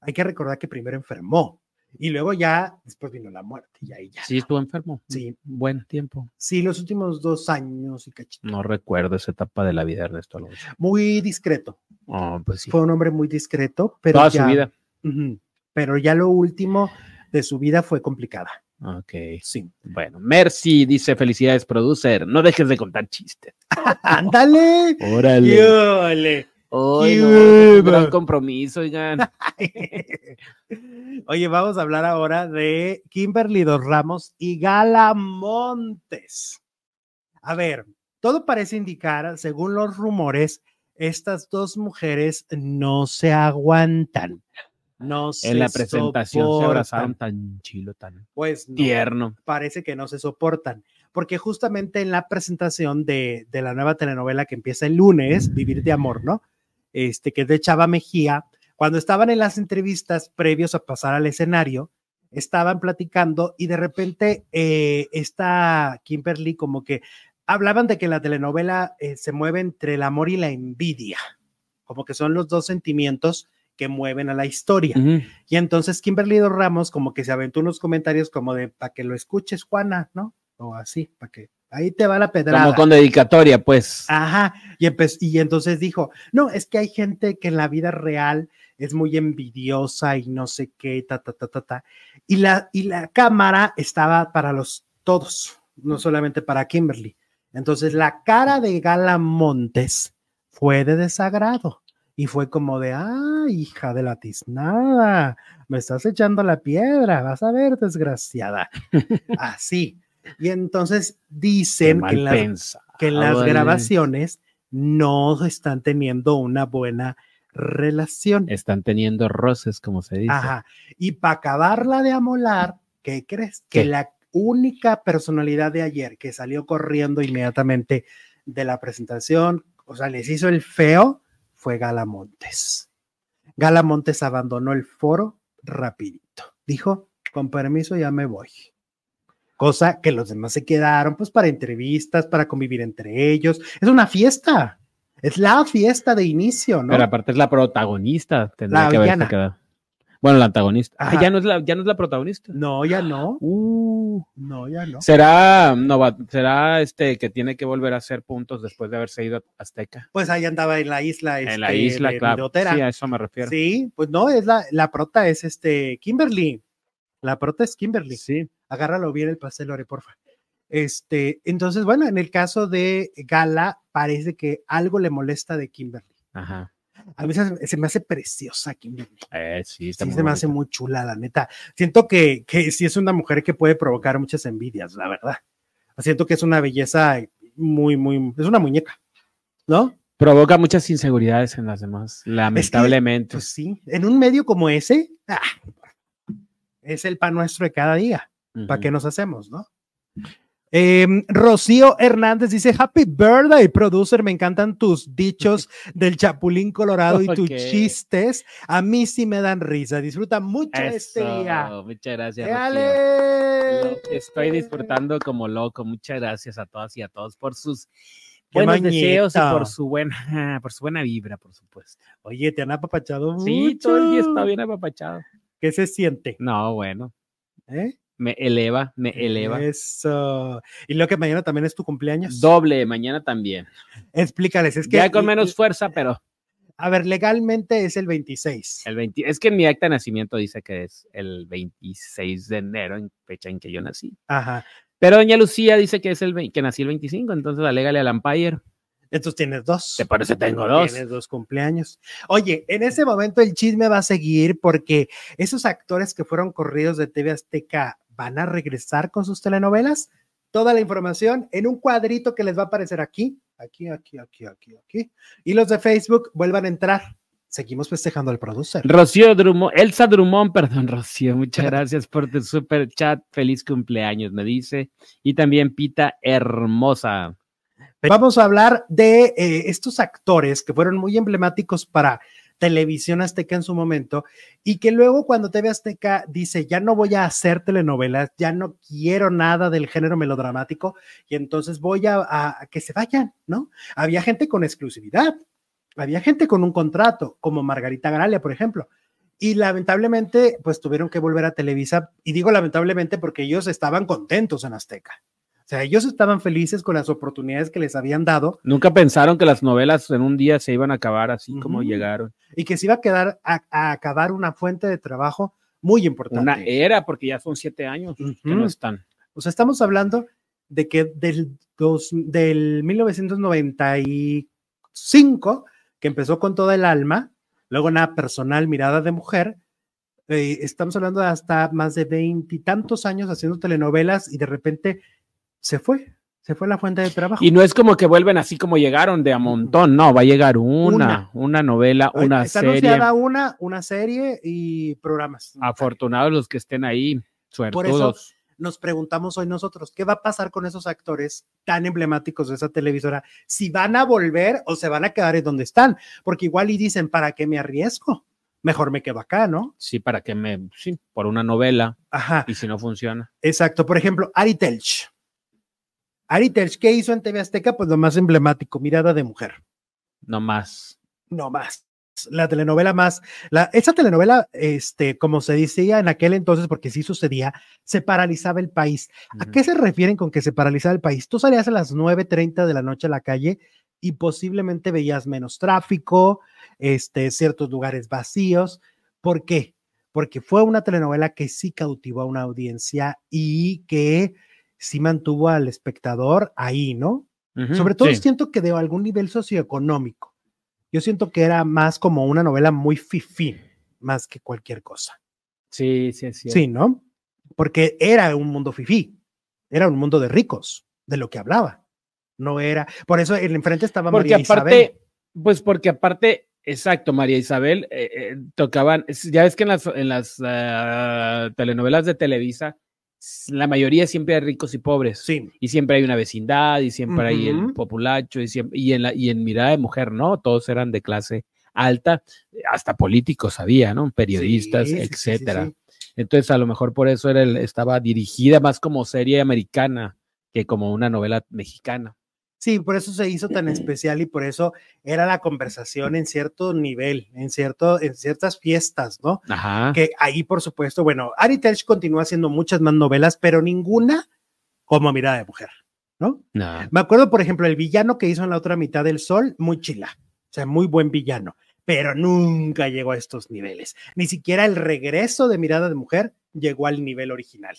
S1: Hay que recordar que primero enfermó y luego ya después vino la muerte y ahí ya.
S2: sí, estuvo enfermo.
S1: Sí.
S2: Buen tiempo.
S1: Sí, los últimos dos años y cachito.
S2: No recuerdo esa etapa de la vida de Ernesto Alonso.
S1: Muy discreto.
S2: Oh, pues sí.
S1: Fue un hombre muy discreto, pero
S2: Toda
S1: ya,
S2: su vida.
S1: Ujú. Pero ya lo último de su vida fue complicada.
S2: Ok.
S1: Sí.
S2: Bueno, Mercy dice: Felicidades, producer. No dejes de contar chistes.
S1: Ándale.
S2: Órale.
S1: ¡Yole!
S2: Ay,
S1: qué
S2: no, es un
S1: hueva.
S2: gran compromiso, oigan.
S1: Oye, vamos a hablar ahora de Kimberly Dos Ramos y Gala Montes. A ver, todo parece indicar, según los rumores, estas dos mujeres no se aguantan. No se
S2: en la presentación se
S1: soportan.
S2: abrazaron tan chilo, tan
S1: Pues no,
S2: tierno.
S1: parece que no se soportan. Porque justamente en la presentación de, de la nueva telenovela que empieza el lunes, Vivir de Amor, ¿no? Este, que es de Chava Mejía, cuando estaban en las entrevistas previos a pasar al escenario, estaban platicando y de repente eh, está Kimberly como que hablaban de que la telenovela eh, se mueve entre el amor y la envidia, como que son los dos sentimientos que mueven a la historia.
S2: Ujú.
S1: Y entonces Kimberly Dos Ramos como que se aventó unos comentarios como de para que lo escuches, Juana, ¿no? O así, para que ahí te va la
S2: Como
S1: pedrada.
S2: con dedicatoria, pues.
S1: Ajá, y, empe- y entonces dijo, no, es que hay gente que en la vida real es muy envidiosa y no sé qué, ta, ta, ta, ta, ta. Y la, y la cámara estaba para los todos, no solamente para Kimberly. Entonces la cara de Gala Montes fue de desagrado y fue como de, ah, hija de la tiznada, me estás echando la piedra, vas a ver, desgraciada. Así. Y entonces
S2: Qué
S1: dicen que
S2: mal
S1: en las
S2: pensado,
S1: que en las
S2: eh.
S1: grabaciones no están teniendo una buena relación.
S2: Están teniendo roces, como se dice.
S1: Ajá. Y para acabarla de amolar, ¿qué crees? Que
S2: ¿Qué?
S1: la única personalidad de ayer que salió corriendo inmediatamente de la presentación, o sea, les hizo el feo, fue Gala Montes. Gala Montes abandonó el foro rapidito. Dijo, con permiso, ya me voy. Cosa que los demás se quedaron, pues, para entrevistas, para convivir entre ellos. Es una fiesta. Es la fiesta de inicio, ¿no?
S2: Pero aparte es la protagonista. Tendría
S1: La
S2: que haberse
S1: villana.
S2: quedado. Bueno, la antagonista. Ah,
S1: Ajá.
S2: ya, no es la, ya no es la protagonista.
S1: No, ya no.
S2: Uh,
S1: No, ya no.
S2: será no va- será este que tiene que volver a hacer puntos después de haberse ido a Azteca.
S1: Pues ahí andaba en la isla.
S2: en la
S1: este,
S2: isla,
S1: de
S2: claro.
S1: Minotera.
S2: Sí, a eso me refiero. Sí.
S1: Sí, pues no, es la, la prota es este Kimberly. La prota es Kimberly. Agárralo bien el pastel, Lore, porfa. Este, entonces, bueno, en el caso de Gala, parece que algo le molesta de Kimberly.
S2: Ajá.
S1: A mí se, se me hace preciosa Kimberly.
S2: Eh, sí,
S1: Sí, se
S2: está muy
S1: me hace
S2: bonita.
S1: muy chula, la neta. Siento que, que sí es una mujer que puede provocar muchas envidias, la verdad. Siento que es una belleza muy, muy, es una muñeca, ¿no?
S2: Provoca muchas inseguridades en las demás, lamentablemente.
S1: Pues sí, en un medio como ese, ah, es el pan nuestro de cada día. ¿Para
S2: Ujú.
S1: qué nos hacemos, no? Em, Rocío Hernández dice: Happy birthday, producer. Me encantan tus dichos del Chapulín Colorado y tus
S2: Ok.
S1: chistes. A mí sí me dan risa. Disfruta mucho este
S2: Eso,
S1: día.
S2: Muchas gracias. Rocío.
S1: ¡Éale!
S2: Lo Estoy disfrutando como loco. Muchas gracias a todas y a todos por sus
S1: Qué
S2: buenos
S1: mañeta.
S2: deseos y por su buena, por su buena vibra, por supuesto.
S1: Oye, te han apapachado
S2: Sí,
S1: mucho.
S2: todo el día está bien apapachado.
S1: ¿Qué se siente?
S2: No, bueno,
S1: eh?
S2: me eleva, me eleva.
S1: Eso. Y lo que mañana también es tu cumpleaños.
S2: Doble mañana también.
S1: Explícales. Es que
S2: ya con
S1: y-
S2: menos fuerza, pero
S1: A ver, legalmente es el 26.
S2: el 20, es que mi acta de nacimiento dice que es el 26 de enero, en fecha en que yo nací.
S1: Ajá.
S2: Pero doña Lucía dice que es el vein- que nací el 25, entonces alégale al umpire.
S1: Entonces tienes dos.
S2: ¿Te parece tengo dos?
S1: Tienes dos cumpleaños. Oye, en ese momento el chisme va a seguir porque esos actores que fueron corridos de TV Azteca van a regresar con sus telenovelas. Toda la información en un cuadrito que les va a aparecer aquí, aquí, aquí, aquí, aquí, aquí. Y los de Facebook vuelvan a entrar. Seguimos festejando al producer.
S2: Rocío Drummond, Elsa Drummond, perdón, Rocío, muchas gracias por tu super chat. Feliz cumpleaños, me dice. Y también Pita Hermosa.
S1: Vamos a hablar de eh, estos actores que fueron muy emblemáticos para Televisión Azteca en su momento y que luego cuando TV Azteca dice, ya no voy a hacer telenovelas, ya no quiero nada del género melodramático y entonces voy a, a, a que se vayan, ¿no? Había gente con exclusividad, había gente con un contrato, como Margarita Gralia, por ejemplo. Y lamentablemente, pues tuvieron que volver a Televisa. Y digo lamentablemente porque ellos estaban contentos en Azteca. O sea, ellos estaban felices con las oportunidades que les habían dado.
S2: Nunca pensaron que las novelas en un día se iban a acabar así como
S1: Ujú.
S2: llegaron.
S1: y que se iba a quedar a, a acabar una fuente de trabajo muy importante.
S2: Una era, porque ya son siete años que
S1: Ujú.
S2: no están.
S1: O sea, estamos hablando de que del, dos, del 1995, que empezó con toda el alma, luego nada personal, mirada de mujer, eh, estamos hablando de hasta más de veintitantos años haciendo telenovelas y de repente se fue, se fue la fuente de trabajo.
S2: Y no es como que vuelven así como llegaron de a montón, no, va a llegar una,
S1: Una.
S2: una, novela,
S1: Ahorita
S2: una
S1: Está
S2: serie.
S1: anunciada una, una serie y programas.
S2: Afortunados los que estén ahí,
S1: Por eso
S2: suertudos.
S1: nos preguntamos hoy nosotros, ¿qué va a pasar con esos actores tan emblemáticos de esa televisora? Si van a volver o se van a quedar en donde están, porque igual y dicen, ¿para qué me arriesgo? Mejor me quedo acá, ¿no?
S2: Sí, para que me, sí, por una novela,
S1: Ajá,
S2: y si no funciona.
S1: exacto. Por ejemplo, Ari Telch. Ari Telch, ¿qué hizo en TV Azteca? Pues lo más emblemático, Mirada de Mujer,
S2: No más.
S1: no más. La telenovela más, la, esa telenovela, este, como se decía en aquel entonces, porque sí sucedía, se paralizaba el país. ¿A
S2: Ujú.
S1: qué se refieren con que se paralizaba el país? Tú salías a las 9.30 de la noche a la calle y posiblemente veías menos tráfico, este, ciertos lugares vacíos. ¿Por qué? Porque fue una telenovela que sí cautivó a una audiencia y que sí mantuvo al espectador ahí, ¿no?
S2: Ujú,
S1: Sobre todo
S2: sí.
S1: siento que de algún nivel socioeconómico. Yo siento que era más como una novela muy fifí, más que cualquier cosa.
S2: Sí, sí, es cierto.
S1: Sí, ¿no? Porque era un mundo fifí, era un mundo de ricos, de lo que hablaba. No era, por eso el enfrente estaba
S2: Porque
S1: María
S2: aparte,
S1: Isabel.
S2: pues porque aparte, exacto, María Isabel eh, eh, tocaban, es- ya ves que en las, en las ah, telenovelas de Televisa, s- la mayoría siempre hay ricos y pobres.
S1: Sí,
S2: Y siempre hay una vecindad, y siempre hay el
S1: Ujú.
S2: populacho, y, siempre, y, en la, y en mirada de mujer, ¿no? Todos eran de clase alta, hasta políticos había, ¿no? Periodistas,
S1: sí, sí, sí, sí,
S2: etcétera.
S1: sí.
S2: Entonces, a lo mejor por eso era el- estaba dirigida más como serie americana que como una novela mexicana.
S1: Sí, por eso se hizo tan especial y por eso era la conversación en cierto nivel, en, cierto, en ciertas fiestas, ¿no?
S2: Ajá.
S1: Que ahí, por supuesto, bueno, Ari Telch continúa haciendo muchas más novelas, pero ninguna como Mirada de Mujer, ¿no?
S2: No.
S1: Me acuerdo, por ejemplo, el villano que hizo en la otra mitad del sol, muy chila, o sea, muy buen villano, pero nunca llegó a estos niveles. Ni siquiera el regreso de Mirada de Mujer llegó al nivel original.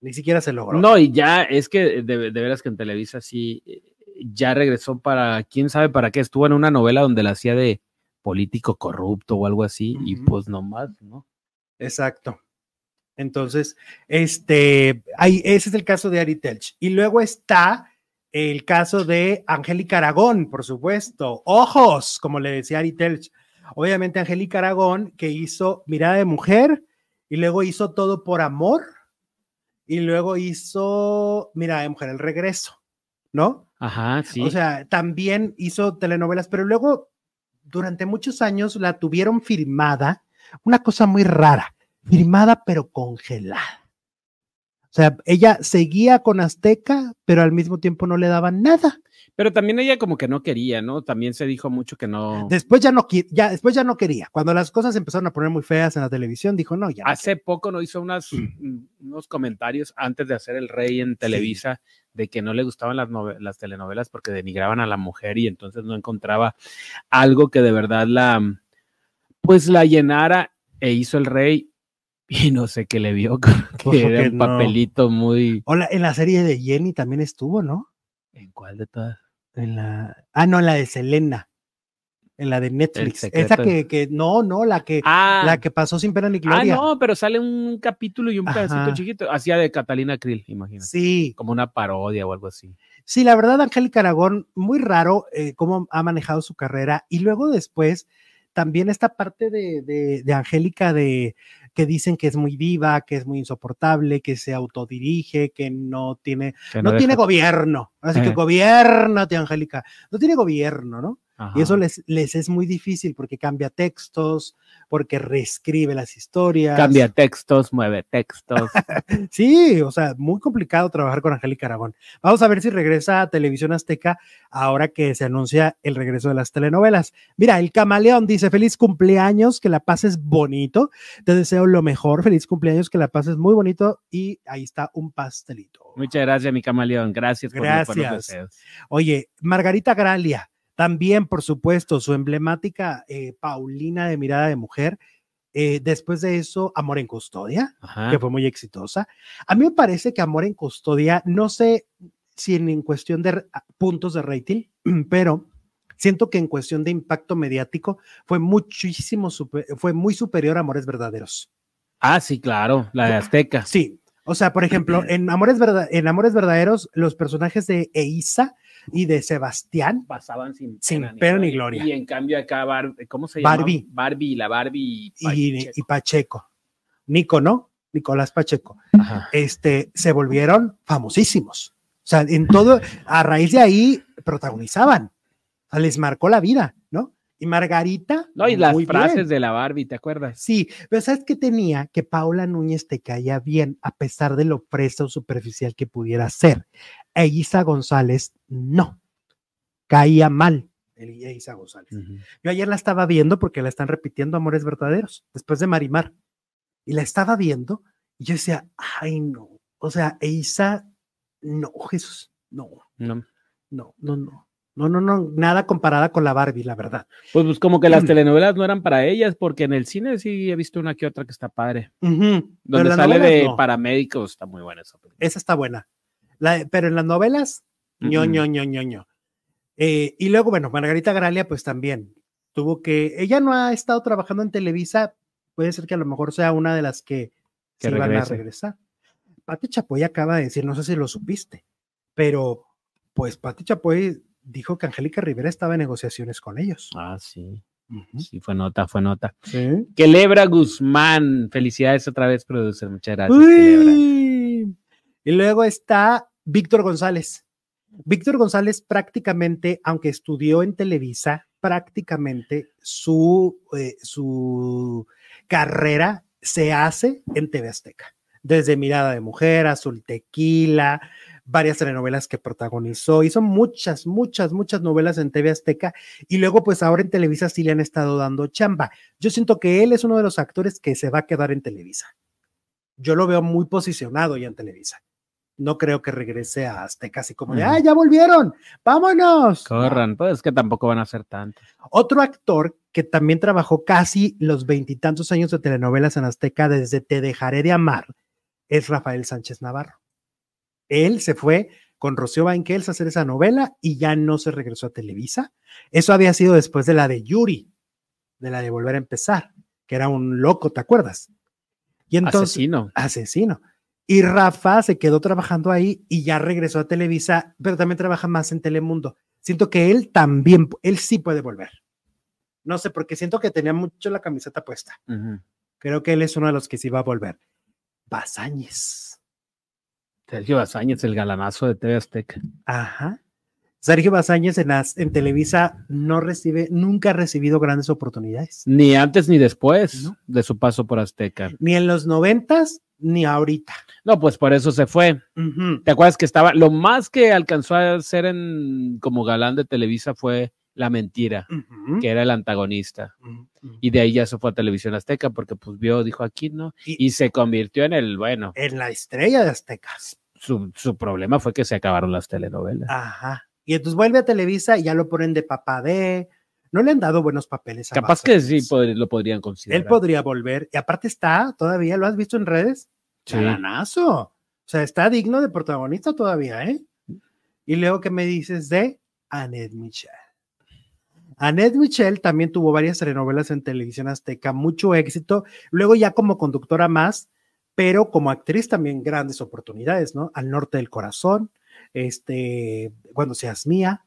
S1: Ni siquiera se logró.
S2: No, y ya es que de, de veras que en Televisa sí, eh, ya regresó para, quién sabe para qué, estuvo en una novela donde la hacía de político corrupto o algo así, y
S1: Ujú.
S2: pues nomás, ¿no?
S1: Exacto. Entonces, este, ahí, ese es el caso de Ari Telch. Y luego está el caso de Angélica Aragón, por supuesto. Ojos, como le decía Ari Telch. Obviamente, Angélica Aragón, que hizo Mirada de Mujer, y luego hizo Todo por Amor, y luego hizo Mirada de Mujer, El Regreso, ¿no?
S2: Ajá, sí.
S1: O sea, también hizo telenovelas, pero luego durante muchos años la tuvieron firmada, una cosa muy rara, firmada pero congelada. O sea, ella seguía con Azteca, pero al mismo tiempo no le daban nada.
S2: Pero también ella como que no quería, ¿no? También se dijo mucho que no.
S1: Después ya no qui- ya después ya no quería. Cuando las cosas empezaron a poner muy feas en la televisión, dijo, "No, ya no
S2: Hace poco no hizo unas, mm, unos comentarios antes de hacer el rey en Televisa de que no le gustaban las, nove- las telenovelas porque denigraban a la mujer y entonces no encontraba algo que de verdad la mm, pues la llenara e hizo el rey y no sé qué le vio
S1: Pues,
S2: que
S1: que
S2: era un
S1: no.
S2: papelito muy
S1: Hola, en la serie de Jenny también estuvo, ¿no?
S2: ¿en cuál de todas?
S1: En la Ah, no, en la de Selena. En la de Netflix. Esa
S2: secreto.
S1: que, que no, no, la que
S2: Ah,
S1: Eh, la que pasó sin pena ni
S2: ah,
S1: gloria.
S2: no, pero sale un capítulo y un pedacito
S1: Ajá.
S2: chiquito, hacía de Catalina Krill, imagínate,
S1: Sí,
S2: como una parodia o algo así.
S1: sí, la verdad, Angélica Aragón, muy raro eh, cómo ha manejado su carrera. Y luego después, también esta parte de, de, de Angélica de que dicen que es muy diva, que es muy insoportable, que se autodirige, que no tiene,
S2: que
S1: no,
S2: deja-
S1: tiene gobierno. Así que
S2: Eh.
S1: gobiernate, Angélica. No tiene gobierno, ¿no?
S2: Ajá.
S1: Y eso les, les es muy difícil porque cambia textos, porque reescribe las historias.
S2: Cambia textos, mueve textos.
S1: Sí, o sea, muy complicado trabajar con Angélica Aragón. Vamos a ver si regresa a Televisión Azteca ahora que se anuncia el regreso de las telenovelas. Mira, el camaleón dice, feliz cumpleaños, que la pases bonito. Te deseo lo mejor, feliz cumpleaños, que la pases muy bonito. Y ahí está un pastelito.
S2: Muchas gracias, mi camaleón. Gracias, por- Por, los
S1: Gracias.
S2: deseos.
S1: Oye, Margarita Gralia, también, por supuesto, su emblemática eh, Paulina de Mirada de Mujer. Eh, después de eso, Amor en Custodia
S2: Ajá.
S1: que fue muy exitosa. A mí me parece que Amor en Custodia, no sé si en, en cuestión de r- a- puntos de rating, pero siento que en cuestión de impacto mediático fue muchísimo, supe- fue muy superior a Amores Verdaderos.
S2: Ah, sí, claro, la de Azteca.
S1: Sí. O sea, por ejemplo, en Amores, Verda- en Amores Verdaderos, los personajes de Eiza y de Sebastián,
S2: Pasaban sin,
S1: Sin pena ni gloria.
S2: Y en cambio acá, Bar- ¿cómo se llama?
S1: Barbie.
S2: Barbie, la Barbie.
S1: y,
S2: Pacheco.
S1: y Pacheco, Nico, ¿no? Nicolás Pacheco.
S2: Ajá.
S1: este, se volvieron famosísimos. O sea, en todo, a raíz de ahí protagonizaban. O sea, les marcó la vida, ¿no? Y Margarita.
S2: No, y las
S1: muy bien.
S2: frases de la Barbie, ¿te acuerdas?
S1: Sí, pero ¿sabes qué tenía? Que Paula Núñez te caía bien, a pesar de lo presa o superficial que pudiera ser. E Isa González, no. Caía mal. el- e Isa González. Yo ayer la estaba viendo porque la están repitiendo Amores Verdaderos, después de Marimar. Y la estaba viendo y yo decía, ay, no. O sea, Eiza, no, Jesús, no,
S2: No.
S1: no, no, no. No, no, no, nada comparada con la Barbie, la verdad.
S2: Pues, pues, como que
S1: Mm.
S2: las telenovelas no eran para ellas, porque en el cine sí he visto una que otra que está padre.
S1: Ujú, pero
S2: Donde
S1: las
S2: sale de
S1: novelas no,
S2: paramédicos, está muy buena esa película.
S1: Esa está buena. La de- pero en las novelas, ño,
S2: Mm-mm.
S1: ño, ño, ño, ño. Eh, y luego, bueno, Margarita Gralia, pues también tuvo que. Ella no ha estado trabajando en Televisa, puede ser que a lo mejor sea una de las que,
S2: Que
S1: se van a
S2: regrese.
S1: regresar. Pati Chapoy acaba de decir, no sé si lo supiste, pero pues Pati Chapoy dijo que Angélica Rivera estaba en negociaciones con ellos.
S2: Ah, sí.
S1: Ujú.
S2: Sí, fue nota, fue nota.
S1: Sí.
S2: Quelebra Guzmán, felicidades otra vez, producer. Muchas gracias, Quelebra.
S1: Uy. Y luego está Víctor González. Víctor González prácticamente, aunque estudió en Televisa, prácticamente su, eh, su carrera se hace en TV Azteca. Desde Mirada de Mujer, Azul Tequila, varias telenovelas que protagonizó. Hizo muchas, muchas, muchas novelas en TV Azteca. Y luego, pues ahora en Televisa sí le han estado dando chamba. Yo siento que él es uno de los actores que se va a quedar en Televisa yo lo veo muy posicionado ya en Televisa. No creo que regrese a Azteca así como de,
S2: Ujú.
S1: ¡ah, ya volvieron! ¡Vámonos!
S2: Corran, pues que tampoco van a ser tanto.
S1: Otro actor que también trabajó casi los veintitantos años de telenovelas en Azteca desde Te dejaré de amar es Rafael Sánchez Navarro. Él se fue con Rocío Banquels a hacer esa novela y ya no se regresó a Televisa. Eso había sido después de la de Yuri, de la de Volver a Empezar, que era un loco, ¿te acuerdas? Y entonces,
S2: Asesino.
S1: asesino. Y Rafa se quedó trabajando ahí y ya regresó a Televisa, pero también trabaja más en Telemundo. Siento que él también, él sí puede volver. No sé, porque siento que tenía mucho la camiseta puesta.
S2: Ujú.
S1: Creo que él es uno de los que sí va a volver. Basáñez.
S2: Sergio Basáñez, el galanazo de TV Azteca.
S1: Ajá. Sergio Basáñez en, las- en Televisa no recibe, nunca ha recibido grandes oportunidades.
S2: Ni antes ni después
S1: No.
S2: de su paso por Azteca.
S1: Ni en los noventas, ni ahorita.
S2: No, pues por eso se fue.
S1: Ujú.
S2: ¿Te acuerdas que estaba? Lo más que alcanzó a hacer en, como galán de Televisa fue La Mentira,
S1: Ujú.
S2: que era el antagonista.
S1: Ujú.
S2: Y de ahí ya se fue a Televisión Azteca porque pues vio, dijo aquí, ¿no?
S1: Y-
S2: Y, se convirtió en el, bueno,
S1: En la estrella de Aztecas.
S2: su, su problema fue que se acabaron las telenovelas.
S1: Ajá. Y entonces vuelve a Televisa y ya lo ponen de papá de. No le han dado buenos papeles a
S2: Capaz
S1: Mazo
S2: que
S1: Pérez.
S2: sí pod- lo podrían considerar.
S1: Él podría volver. Y aparte está, todavía, ¿lo has visto en redes?
S2: Sí.
S1: Galanazo. O sea, está digno de protagonista todavía, ¿eh? Y luego, ¿qué me dices de Annette Michel? Annette Michel también tuvo varias telenovelas en televisión azteca, mucho éxito. Luego ya como conductora más, pero como actriz también grandes oportunidades, ¿no? Al norte del corazón, este, cuando seas mía,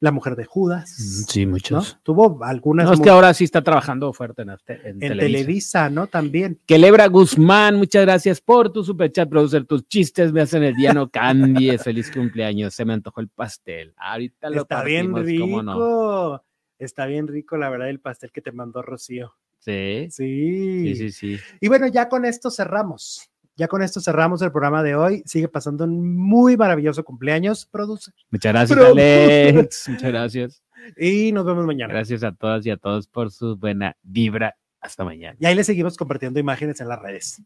S1: la mujer de Judas.
S2: Mm, Sí, muchos.
S1: ¿no? Tuvo algunas
S2: No, es
S1: mu-
S2: que ahora sí está trabajando fuerte en, la te- en
S1: en
S2: Televisa.
S1: Televisa, ¿no? También.
S2: Quelebra Guzmán, muchas gracias por tu superchat, producer. Tus chistes me hacen el día, no cambies. Feliz cumpleaños. Se me antojó el pastel. Ahorita lo
S1: Está bien
S2: partimos,
S1: rico.
S2: ¿cómo no?
S1: Está bien rico, la verdad, el pastel que te mandó Rocío.
S2: Sí,
S1: Sí.
S2: sí, sí, sí.
S1: Y bueno, ya con esto cerramos. Ya con esto cerramos el programa de hoy. Sigue pasando un muy maravilloso cumpleaños, produce.
S2: Muchas gracias,
S1: Pero-
S2: Alex. Muchas gracias.
S1: Y nos vemos mañana.
S2: Gracias a todas y a todos por su buena vibra. Hasta mañana.
S1: Y ahí le seguimos compartiendo imágenes en las redes.